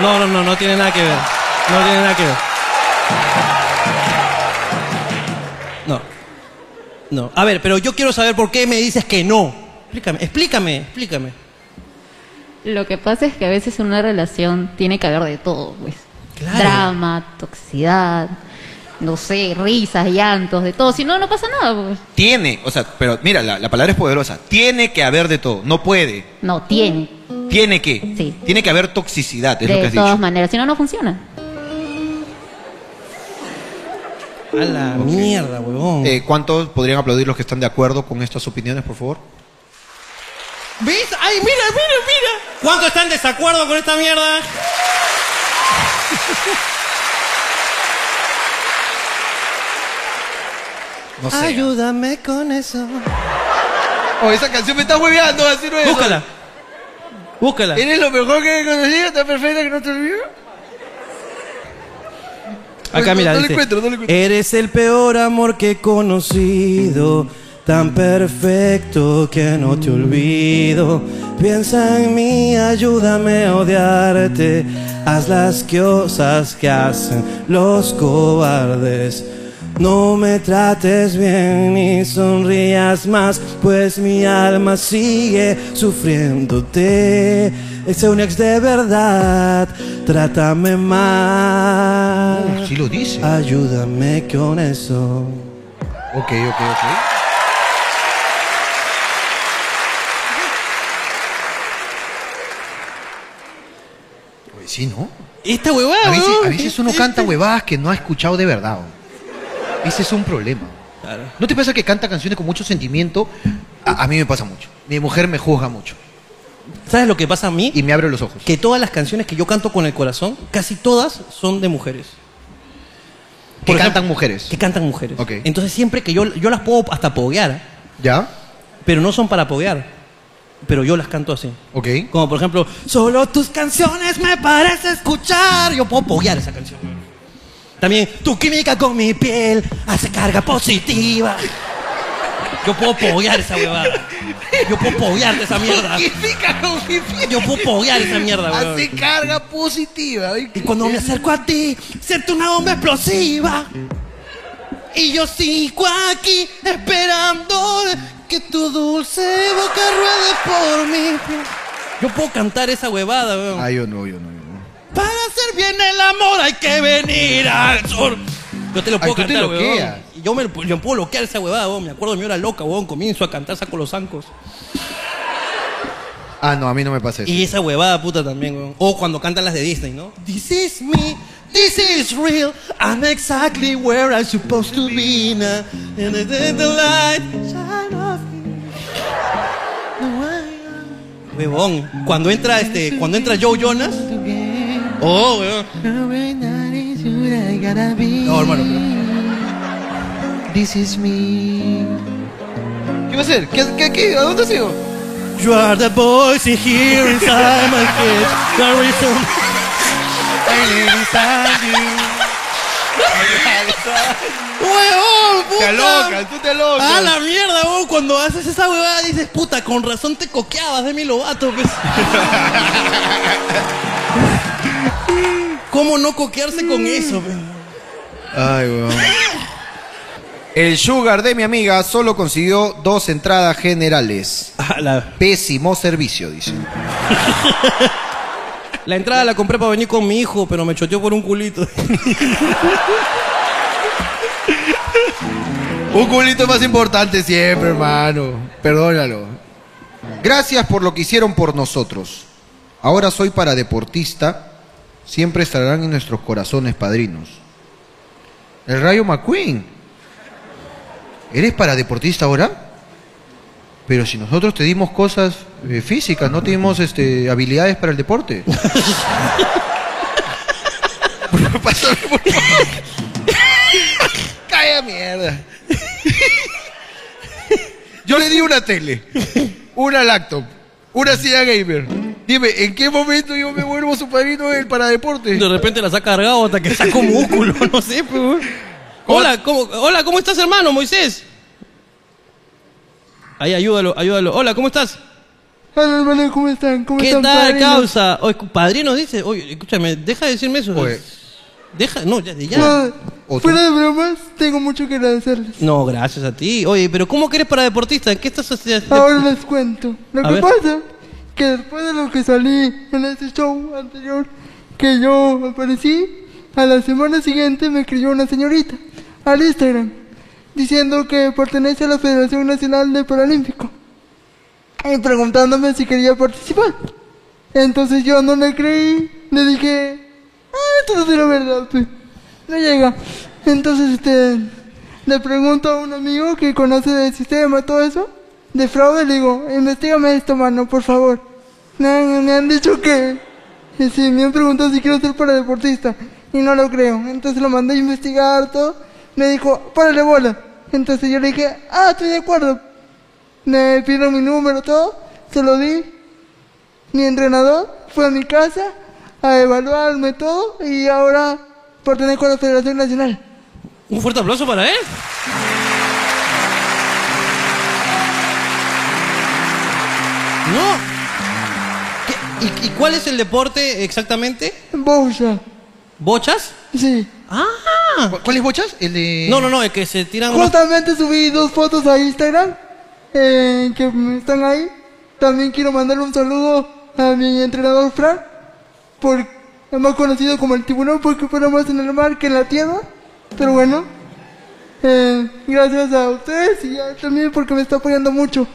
Speaker 1: No, no, no, no tiene nada que ver. No tiene nada que ver. No. No. A ver, pero yo quiero saber por qué me dices que no. Explícame, explícame, explícame.
Speaker 11: <laughs> Lo que pasa es que a veces en una relación tiene que haber de todo, pues. Drama, toxicidad, no sé, risas, llantos, de todo. Si no, no pasa nada, pues.
Speaker 2: Tiene, o sea, pero mira, la, la palabra es poderosa. Tiene que haber de todo, no puede.
Speaker 11: No, tiene.
Speaker 2: Tiene que. Tiene que haber toxicidad, es lo que
Speaker 11: De
Speaker 2: has dicho.
Speaker 11: todas maneras, si no, no funciona.
Speaker 1: A la mierda, huevón.
Speaker 2: Eh, ¿Cuántos podrían aplaudir los que están de acuerdo con estas opiniones, por favor?
Speaker 1: ¿Ves? ¡Ay, mira, mira, mira! ¿Cuánto están en desacuerdo con esta mierda?
Speaker 2: No sé.
Speaker 1: Ayúdame con eso.
Speaker 13: Oh, esa canción me está hueveando, así no es.
Speaker 1: Búscala. Búscala.
Speaker 13: Eres lo mejor que he conocido, está perfecta que no te olvido. <laughs>
Speaker 1: Acá
Speaker 13: No,
Speaker 1: mira,
Speaker 13: no lo
Speaker 1: dice,
Speaker 13: encuentro, no lo encuentro.
Speaker 1: Eres el peor amor que he conocido, tan perfecto que no te olvido. Piensa en mí, ayúdame a odiarte. Haz las cosas que hacen los cobardes. No me trates bien ni sonrías más, pues mi alma sigue sufriéndote. Ese un ex de verdad, trátame mal.
Speaker 2: Uh, sí lo dice.
Speaker 1: Ayúdame con eso.
Speaker 2: Ok, ok, ok. Oye, sí, ¿no?
Speaker 1: Esta huevada, este
Speaker 2: A veces,
Speaker 1: weón.
Speaker 2: a veces uno canta huevadas que no ha escuchado de verdad. weón. Ese es un problema. ¿No te pasa que canta canciones con mucho sentimiento? A, a mí me pasa mucho. Mi mujer me juzga mucho.
Speaker 1: ¿Sabes lo que pasa a mí?
Speaker 2: Y me abre los ojos.
Speaker 1: Que todas las canciones que yo canto con el corazón, casi todas son de mujeres.
Speaker 2: Que cantan mujeres.
Speaker 1: Que cantan mujeres. Entonces siempre que yo, yo las puedo hasta poguear.
Speaker 2: ¿Ya?
Speaker 1: Pero no son para poguear. Pero yo las canto así.
Speaker 2: Ok.
Speaker 1: Como por ejemplo, solo tus canciones me parece escuchar. Yo puedo poguear esa canción. También, tu química con mi piel hace carga positiva. Yo puedo poguear esa huevada. Yo puedo poguearte esa mierda. Yo puedo poguear esa mierda, weón.
Speaker 15: Hace
Speaker 2: carga positiva.
Speaker 1: Y cuando me acerco a ti, siento una bomba explosiva. Y yo sigo aquí esperando que tu dulce boca ruede por mí. Yo puedo cantar esa huevada, weón.
Speaker 2: Ah, yo no, yo no. Yo no.
Speaker 1: Para hacer bien el amor hay que venir al sol. Yo te lo
Speaker 2: Ay,
Speaker 1: puedo
Speaker 2: tú te
Speaker 1: cantar,
Speaker 2: loqueas.
Speaker 1: weón. Y Yo me lo- yo puedo bloquear esa huevada, weón. Me acuerdo de mi hora loca, weón. Comienzo a cantar saco los zancos.
Speaker 2: Ah, no, a mí no me pasa eso.
Speaker 1: Y esa huevada puta también, weón. O cuando cantan las de Disney, ¿no? This is me. This is real. I'm exactly where I'm supposed to be now. And the, the, the light shine off me. No I- Huevón. Cuando entra este, cuando entra Joe Jonas. Oh, weón.
Speaker 15: No,
Speaker 1: hermano,
Speaker 2: This is me.
Speaker 15: ¿Qué va a hacer? ¿Qué, qué, qué? ¿A dónde sigo?
Speaker 1: You are the voice in here inside my head. The reason ¡Huevón, oh, puta!
Speaker 15: Te alocas, tú te alocas.
Speaker 1: ¡A la mierda, vos! Cuando haces esa huevada dices, puta, con razón te coqueabas de mi lobato, <laughs> pues. ¿Cómo no coquearse con eso, pues?
Speaker 2: Ay, weón. El Sugar de mi amiga solo consiguió dos entradas generales. Pésimo servicio, dice.
Speaker 1: La entrada la compré para venir con mi hijo, pero me choteó por un <laughs> culito.
Speaker 2: Un culito más importante siempre, hermano. Perdónalo. Gracias por lo que hicieron por nosotros. Ahora soy para deportista. Siempre estarán en nuestros corazones, padrinos. El Rayo McQueen. ¿Eres para deportista ahora? Pero si nosotros te dimos cosas eh, físicas, no te dimos este, habilidades para el deporte. Pásame, por favor. Calla mierda. Yo le di una tele, una laptop, una silla gamer. Dime, ¿en qué momento yo me vuelvo su padrino del paradeporte?
Speaker 1: De repente la saca cargado hasta que sacó músculo, <laughs> no sé, pues. weón. Hola, ¿cómo, hola, ¿cómo estás, hermano, Moisés? Ahí, ayúdalo, ayúdalo. Hola, ¿cómo estás?
Speaker 16: Hola, hermano, ¿cómo están? ¿Cómo
Speaker 1: ¿Qué
Speaker 16: están,
Speaker 1: tal,
Speaker 16: padrinos?
Speaker 1: causa? Oye, padrino, dice. Oye, escúchame, deja de decirme eso.
Speaker 16: Oye.
Speaker 1: Deja, no, ya, ya.
Speaker 16: No,
Speaker 1: Otro.
Speaker 16: fuera de bromas, tengo mucho que agradecerles.
Speaker 1: No, gracias a ti. Oye, pero ¿cómo que eres para deportista? ¿Qué estás haciendo?
Speaker 16: Ahora les cuento. Lo
Speaker 1: A
Speaker 16: que
Speaker 1: ver.
Speaker 16: pasa que después de lo que salí en ese show anterior que yo aparecí, a la semana siguiente me escribió una señorita al Instagram diciendo que pertenece a la Federación Nacional de Paralímpico y preguntándome si quería participar. Entonces yo no le creí, le dije, ah, esto no es la verdad, pues. No llega. Entonces, este, le pregunto a un amigo que conoce del sistema, todo eso, de fraude, le digo, investigame esto, mano, por favor. Me han, me han dicho que, que si me han preguntado si quiero ser paradeportista, y no lo creo. Entonces lo mandé a investigar, todo. Me dijo, párale bola. Entonces yo le dije, ah, estoy de acuerdo. Me pidieron mi número, todo, se lo di. Mi entrenador fue a mi casa a evaluarme todo y ahora pertenezco a la Federación Nacional.
Speaker 1: Un fuerte aplauso para él. No. ¿Qué- y, y cuál es el deporte exactamente?
Speaker 16: Bocha.
Speaker 1: ¿Bochas?
Speaker 16: Sí.
Speaker 1: Ah.
Speaker 2: ¿Cuáles bochas? El de.
Speaker 1: No, no, no, el que se tiran. unos-
Speaker 16: Justamente subí dos fotos a Instagram eh, que me están ahí. También quiero mandarle un saludo a mi entrenador Fran, por, más conocido como el tiburón porque fuera más en el mar que en la tierra. Pero bueno, eh, gracias a ustedes y a él también porque me está apoyando mucho.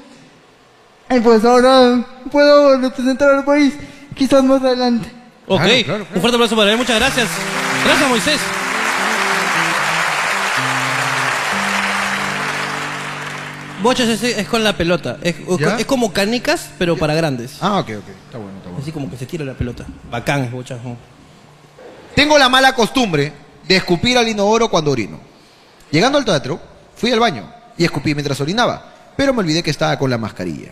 Speaker 16: Y pues ahora puedo representar al país, quizás más adelante.
Speaker 1: Ok, un fuerte aplauso para él, muchas gracias. Gracias, Moisés. Bochas es, es con la pelota. Es,
Speaker 2: ¿Ya?
Speaker 1: es como canicas, pero para grandes.
Speaker 2: Ah, ok, ok. Está bueno, está bueno.
Speaker 1: Así como que se tira la pelota. Bacán es bochas. ¿no?
Speaker 2: Tengo la mala costumbre de escupir al inodoro cuando orino. Llegando al teatro, fui al baño y escupí mientras orinaba, pero me olvidé que estaba con la mascarilla.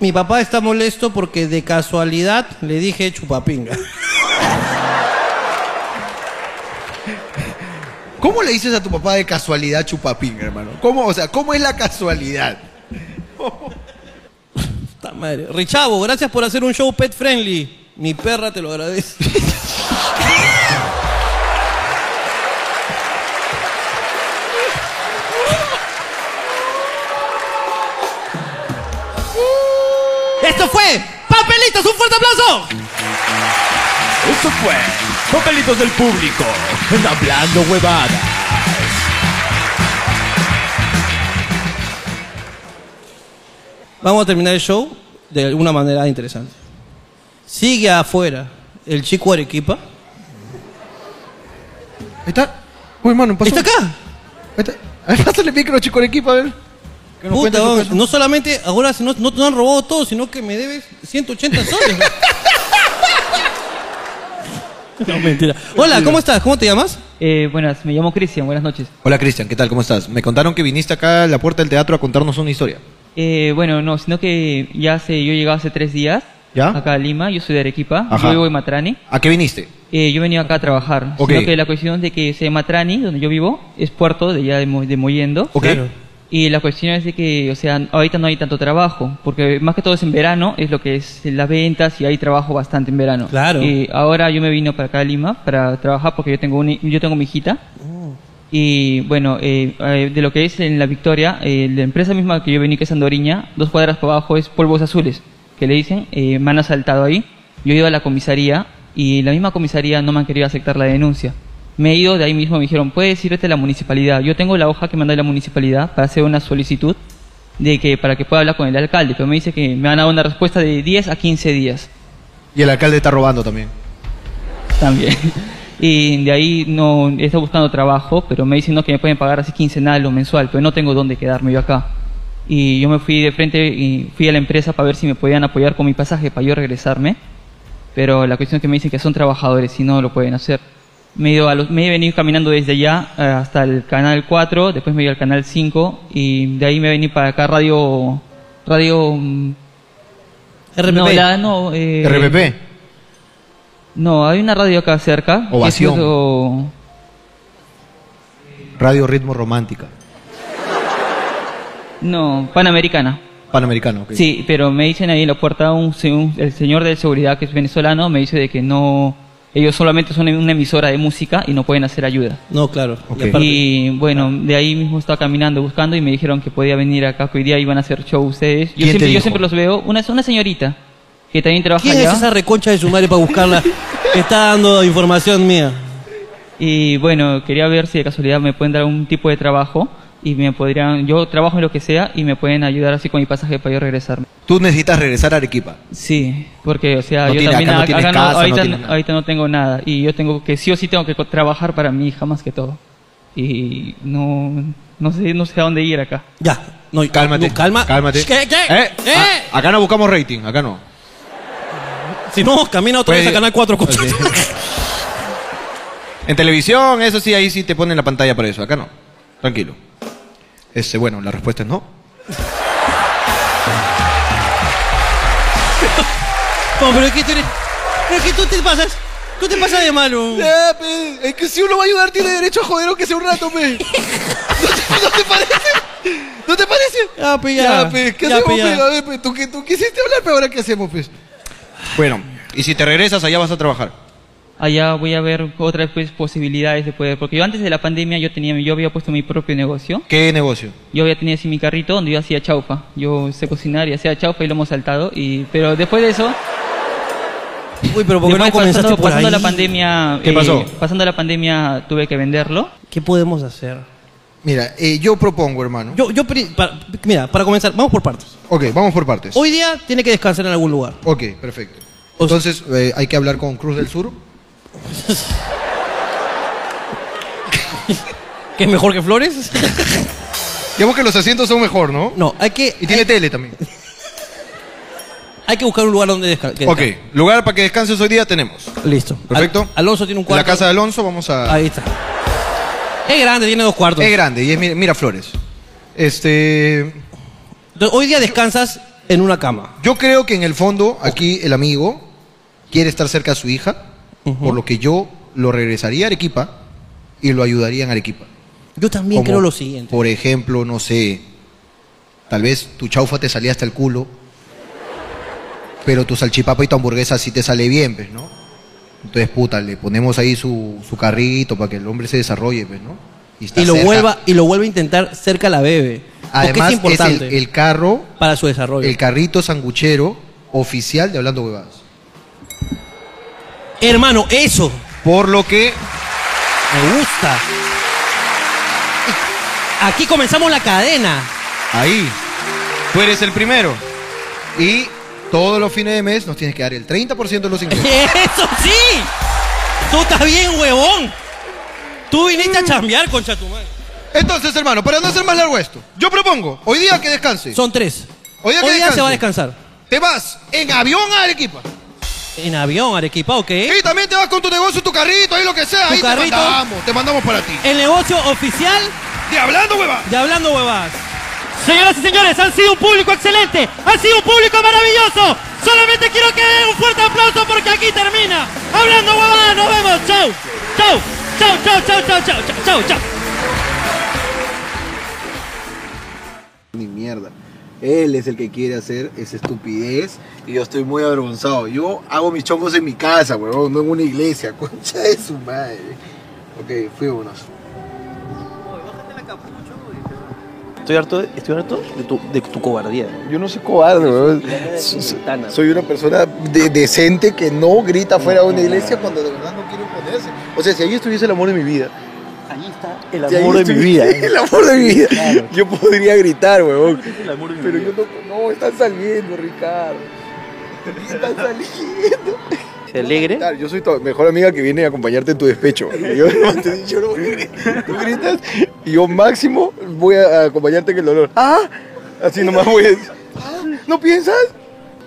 Speaker 1: Mi papá está molesto porque de casualidad le dije chupapinga. <laughs>
Speaker 2: ¿Cómo le dices a tu papá de casualidad chupapinga, hermano? ¿Cómo, o sea, cómo es la casualidad?
Speaker 1: Puta madre. Richavo, gracias por hacer un show pet friendly. Mi perra te lo agradece. <laughs> Esto fue Papelitos, un fuerte aplauso.
Speaker 15: Eso fue Papelitos del Público en Hablando Huevada.
Speaker 1: Vamos a terminar el show de alguna manera interesante. Sigue afuera el chico Arequipa.
Speaker 2: ¿Está? Uy, hermano, pasó.
Speaker 1: ¿Está acá?
Speaker 2: A ver, pásale el micro, chico Arequipa, a ver. Que nos
Speaker 1: Puta,
Speaker 2: cuente su
Speaker 1: weón,
Speaker 2: caso.
Speaker 1: no solamente ahora si no, no te han robado todo, sino que me debes 180 soles. <laughs> No, mentira. Hola, ¿cómo estás? ¿Cómo te llamas?
Speaker 18: Eh, buenas, me llamo Cristian, buenas noches.
Speaker 2: Hola, Cristian, ¿qué tal? ¿Cómo estás? Me contaron que viniste acá a la puerta del teatro a contarnos una historia.
Speaker 18: Eh, bueno, no, sino que ya hace, yo he llegado hace tres días. Acá a Lima, yo soy de Arequipa,
Speaker 2: Ajá.
Speaker 18: yo vivo en Matrani.
Speaker 2: ¿A qué viniste?
Speaker 18: Eh, yo he venido acá a trabajar.
Speaker 2: Ok.
Speaker 18: Sino que la cuestión es de que ese Matrani, donde yo vivo, es puerto de allá de, Mo- de Mollendo.
Speaker 2: Ok. Claro.
Speaker 18: Y la cuestión es de que, o sea, ahorita no hay tanto trabajo, porque más que todo es en verano, es lo que es las ventas y hay trabajo bastante en verano.
Speaker 1: Claro.
Speaker 18: Y ahora yo me vino para acá a Lima para trabajar porque yo tengo, un, yo tengo mi hijita. Y bueno, eh, eh, de lo que es en La Victoria, eh, la empresa misma que yo vení, que es Andoriña, dos cuadras para abajo es Polvos Azules, que le dicen, eh, me han asaltado ahí. Yo he ido a la comisaría y la misma comisaría no me han querido aceptar la denuncia. Me he ido de ahí mismo, me dijeron, puedes irte a la municipalidad. Yo tengo la hoja que mandó la municipalidad para hacer una solicitud de que para que pueda hablar con el alcalde, pero me dice que me han dado una respuesta de 10 a 15 días.
Speaker 2: Y el alcalde está robando también.
Speaker 18: También. Y de ahí no he estado buscando trabajo, pero me dicen no, que me pueden pagar así quincenal o mensual, pero no tengo dónde quedarme yo acá. Y yo me fui de frente y fui a la empresa para ver si me podían apoyar con mi pasaje para yo regresarme. Pero la cuestión es que me dicen que son trabajadores y no lo pueden hacer. Me he, ido a los- me he venido caminando desde allá eh, hasta el canal 4, después me he ido al canal 5 y de ahí me vení para acá radio... radio mm,
Speaker 1: RPP.
Speaker 18: No, la- no, eh,
Speaker 2: RPP.
Speaker 18: No, hay una radio acá cerca. que
Speaker 2: Ovación.
Speaker 18: es otro-
Speaker 2: Radio Ritmo Romántica.
Speaker 18: No, Panamericana.
Speaker 2: Panamericano, ok.
Speaker 18: Sí, pero me dicen ahí en la puerta un, se- un- el señor de seguridad que es venezolano me dice de que no ellos solamente son una emisora de música y no pueden hacer ayuda.
Speaker 1: No, claro.
Speaker 18: Y, bueno, de ahí mismo estaba caminando buscando y me dijeron que podía venir acá que hoy día iban a hacer show ustedes. Yo
Speaker 1: ¿Quién te
Speaker 18: siempre yo
Speaker 1: dijo?
Speaker 18: siempre los veo, una una señorita que también trabaja
Speaker 1: ¿Quién
Speaker 18: allá.
Speaker 1: es esa reconcha de su madre para buscarla?
Speaker 18: <laughs>
Speaker 1: que Está dando información mía.
Speaker 18: Y bueno, quería ver si de casualidad me pueden dar un tipo de trabajo y me podrían, yo trabajo en lo que sea y me pueden ayudar así con mi pasaje para yo regresarme.
Speaker 2: Tú necesitas regresar a Arequipa.
Speaker 18: Sí, porque, o sea,
Speaker 2: No
Speaker 18: yo
Speaker 2: tiene-
Speaker 18: también
Speaker 2: acá no
Speaker 18: a-
Speaker 2: tienes casa, no
Speaker 18: ahorita,
Speaker 2: tienes nada.
Speaker 18: ahorita no tengo nada y yo tengo que sí o sí tengo que co- trabajar para mi hija más que todo. Y no no sé no sé a dónde ir acá.
Speaker 1: Ya, no,
Speaker 2: cálmate. calma. Cálmate.
Speaker 18: ¿Qué, qué?
Speaker 2: Eh, ah, acá no buscamos rating, acá no.
Speaker 1: Si no, camina otra
Speaker 2: Pues,
Speaker 1: vez a Canal 4.
Speaker 2: En televisión, eso sí, ahí sí te ponen la pantalla para eso. Acá no. Tranquilo. Este, bueno, la respuesta es no.
Speaker 1: No, pero es que tú eres... Pero es que tú te pasas... Tú te pasas de malo.
Speaker 13: <laughs> Ya, pe, es que si uno va a ayudar tiene derecho a joder aunque sea un rato, pe. <laughs> ¿No te, no te parece? ¿No te parece?
Speaker 1: Ya, pe, ya.
Speaker 13: pe, ¿qué
Speaker 2: Ya,
Speaker 13: hacemos,
Speaker 2: pe, ya.
Speaker 13: pe? A ver, pe, ¿tú, qué- tú quisiste hablar, pe, ahora qué hacemos, pe.
Speaker 2: Bueno, y si te regresas, allá vas a trabajar.
Speaker 18: Allá voy a ver otras pues, posibilidades de poder, porque yo antes de la pandemia yo tenía yo había puesto mi propio negocio.
Speaker 2: ¿Qué negocio?
Speaker 18: Yo había tenido así mi carrito donde yo hacía chaufa. Yo sé cocinar y hacía chaufa y lo hemos saltado. Y, pero después de eso,
Speaker 1: Uy, pero ¿por qué
Speaker 18: Después,
Speaker 1: no comenzaste
Speaker 18: pasando,
Speaker 1: por
Speaker 18: pasando
Speaker 1: ahí?
Speaker 18: la pandemia,
Speaker 1: ¿Qué
Speaker 18: eh,
Speaker 1: pasó?
Speaker 18: pasando la pandemia tuve que venderlo.
Speaker 1: <laughs> ¿Qué podemos hacer?
Speaker 2: Mira, eh, yo propongo, hermano.
Speaker 1: Yo, yo, pri- para- mira, para comenzar, vamos por partes.
Speaker 2: Ok, vamos por partes.
Speaker 1: Hoy día tiene que descansar en algún lugar.
Speaker 2: Ok, perfecto. Entonces, eh, hay que hablar con Cruz del Sur.
Speaker 1: ¿Que es mejor que Flores?
Speaker 2: <laughs> Digamos que los asientos son mejor, ¿no?
Speaker 1: No, hay que...
Speaker 2: Y tiene tele también.
Speaker 1: <laughs> Hay que buscar un lugar donde descansar.
Speaker 2: Ok, lugar para que descanses hoy día tenemos.
Speaker 1: Listo.
Speaker 2: Perfecto.
Speaker 1: Alonso tiene un cuarto.
Speaker 2: La casa de Alonso, vamos a...
Speaker 1: Ahí está. Es grande, tiene dos cuartos.
Speaker 2: Es grande y es mi- Miraflores. Este...
Speaker 1: Hoy día descansas en una cama.
Speaker 2: Yo creo que en el fondo aquí el amigo quiere estar cerca a su hija, por lo que yo lo regresaría a Arequipa y lo ayudaría en Arequipa.
Speaker 1: Yo también
Speaker 2: Como,
Speaker 1: creo lo siguiente.
Speaker 2: Por ejemplo, no sé, tal vez tu chaufa te salía hasta el culo, pero tu salchipapa y tu hamburguesa sí te sale bien, pues, ¿no? Entonces, puta, le ponemos ahí su, su carrito para que el hombre se desarrolle, pues, ¿no? está
Speaker 1: Y lo,
Speaker 2: cerca.
Speaker 1: vuelva, y lo vuelva a intentar cerca a la bebé.
Speaker 2: Además,
Speaker 1: Porque es
Speaker 2: es
Speaker 1: importante.
Speaker 2: el, el carro...
Speaker 1: Para su desarrollo.
Speaker 2: El carrito sanguchero oficial de Hablando Huevadas.
Speaker 1: Hermano, eso.
Speaker 2: Por lo que...
Speaker 1: Me gusta. Aquí comenzamos la cadena.
Speaker 2: Ahí. Tú eres el primero. Y todos los fines de mes nos tienes que dar el
Speaker 1: <laughs>
Speaker 2: 30% de los ingresos.
Speaker 1: ¡Eso sí! ¡Tú estás bien, huevón! Tú viniste a chambear, concha tu madre.
Speaker 2: Mm. Entonces, hermano, para no hacer más largo esto, yo propongo, hoy día que descanse.
Speaker 1: Son tres.
Speaker 2: Hoy día, que
Speaker 1: Hoy día
Speaker 2: descanse.
Speaker 1: se va a descansar.
Speaker 2: Te vas en avión a Arequipa.
Speaker 1: En avión, Arequipa, ok.
Speaker 2: Y también te vas con tu negocio, tu carrito, ahí lo que sea.
Speaker 1: Tu
Speaker 2: ahí
Speaker 1: carrito.
Speaker 2: te mandamos, te mandamos para ti.
Speaker 1: El negocio oficial
Speaker 2: de Hablando Huevadas.
Speaker 1: De Hablando Huevadas. Señoras y señores, han sido un público excelente. Han sido un público maravilloso. Solamente quiero que den un fuerte aplauso porque aquí termina. Hablando Huevadas, nos vemos. Chau. Chau. Chau, chau, chau, chau, chau, chau, chau, chau.
Speaker 2: Ni mierda. Él es el que quiere hacer esa estupidez y yo estoy muy avergonzado. Yo hago mis chongos en mi casa, huevón, no en una iglesia. <laughs> Concha de su madre. Ok, fuimos.
Speaker 19: Estoy harto, de, estoy harto de, tu, de tu cobardía.
Speaker 13: Yo no soy cobarde, weón. Soy una persona de- decente que no grita fuera de una iglesia cuando de verdad no quiere oponerse. O sea, si ahí estuviese el amor de mi vida.
Speaker 19: Ahí está el
Speaker 13: si ahí
Speaker 19: amor de mi vida.
Speaker 13: <laughs>
Speaker 19: eh.
Speaker 13: estuviese El amor de mi vida. Yo podría gritar, weón.
Speaker 19: de mi
Speaker 13: Pero
Speaker 19: vida.
Speaker 13: yo no. No, están saliendo, Ricardo.
Speaker 19: <laughs>
Speaker 13: Están saliendo.
Speaker 19: alegre?
Speaker 13: Claro, Yo soy tu mejor amiga que viene a acompañarte en tu despecho. Yo, <laughs> te he dicho, no voy a gritar. Tú gritas y yo máximo voy a acompañarte en el dolor. ¡Ah! Así nomás voy a decir. "Ah, ¿No piensas?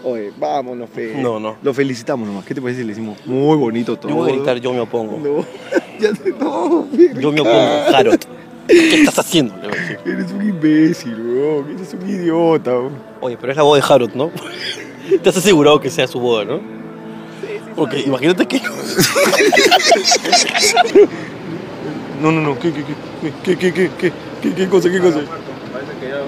Speaker 13: Oye, vámonos, fe.
Speaker 19: No, no.
Speaker 13: Lo felicitamos nomás. ¿Qué te parece si le hicimos muy bonito todo?
Speaker 19: Yo voy a gritar, yo me opongo.
Speaker 13: No, ya sé, no, fe,
Speaker 19: Yo me opongo, Carot. ¿Qué estás haciendo? Le voy a decir.
Speaker 13: Eres un imbécil, weón. Eres un idiota, weón.
Speaker 19: Oye, pero es la voz de Harold, ¿no? <laughs> Te has asegurado que sea su boda, ¿no? Porque imagínate que. No, no, no, ¿qué, qué, qué, qué, qué, qué, qué, qué, qué cosa, qué cosa?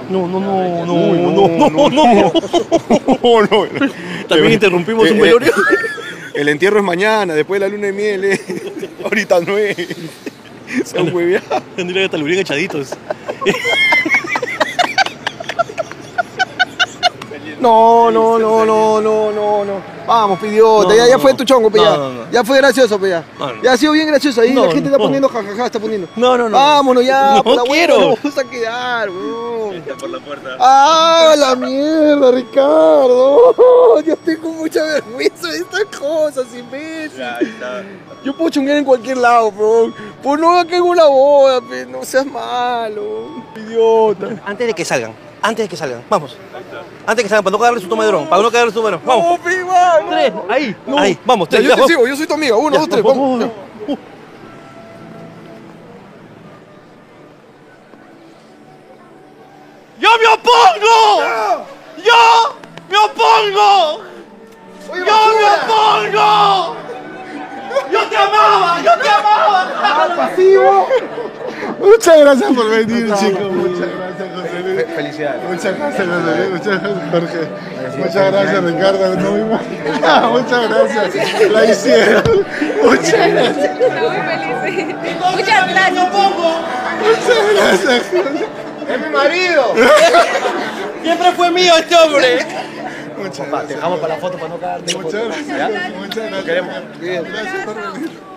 Speaker 19: No, no, no, no, no, no, no, no.
Speaker 13: También
Speaker 19: interrumpimos un velorio.
Speaker 13: <laughs> El entierro es mañana, después de la luna de miel. eh. <laughs> Ahorita no es. Se han hueveado.
Speaker 19: Tendría que estar bien echaditos.
Speaker 13: <laughs> No, no, no, no, no, no, no. Vamos, pe idiota.
Speaker 19: No,
Speaker 13: ya, ya
Speaker 19: no,
Speaker 13: fue
Speaker 19: no.
Speaker 13: tu chongo, pe
Speaker 19: No,
Speaker 13: ya.
Speaker 19: no, no.
Speaker 13: Ya fue gracioso, pe ya.
Speaker 19: No, no.
Speaker 13: Ya ha sido bien gracioso. Ahí
Speaker 19: No,
Speaker 13: la gente
Speaker 19: no.
Speaker 13: está poniendo jajaja, está poniendo.
Speaker 19: No, no, no.
Speaker 13: Vámonos ya,
Speaker 19: No
Speaker 13: por la
Speaker 19: quiero.
Speaker 13: vuelta, nos vamos a quedar, weón. Está Este, por la puerta. ¡Ah, la mierda, Ricardo! <laughs> Yo tengo mucha vergüenza de estas cosas, imbécil. Yo puedo chunguear en cualquier lado, bro. Pues no acá en una boda, pe. No seas malo, idiota.
Speaker 19: Antes de que salgan, antes de que salgan, vamos. Antes de que salgan, para no cagarle su toma de dron, para no cagarle su dron, vamos.
Speaker 13: No, pe, vamos.
Speaker 19: Tres, ahí, ahí, vamos,
Speaker 13: Ya,
Speaker 19: tres,
Speaker 13: yo
Speaker 19: ya,
Speaker 13: te
Speaker 19: vamos.
Speaker 13: sigo, yo soy tu amiga. Uno,
Speaker 19: Ya,
Speaker 13: dos, tres,
Speaker 19: vamos,
Speaker 13: vamos. ya.
Speaker 19: ¡Yo me opongo! ¡Yo me opongo! ¡Yo me opongo! ¡Yo te amaba! ¡Yo te amaba!
Speaker 10: Muchas gracias por venir, chicos. Muchas gracias, José Luis.
Speaker 13: Felicidades.
Speaker 10: Muchas gracias, José Luis. Muchas gracias, Jorge. Muchas gracias, Ricardo. No me <laughs> imagino. Muchas gracias. La hicieron. Muchas gracias. <laughs>
Speaker 15: Muchas gracias.
Speaker 10: Muchas gracias. <laughs>
Speaker 15: Es mi marido.
Speaker 19: Siempre fue mío este hombre.
Speaker 13: Muchas Te dejamos para la foto para no cagarte. Muchas gracias. Muchas gracias. Queremos. Gracias por venir.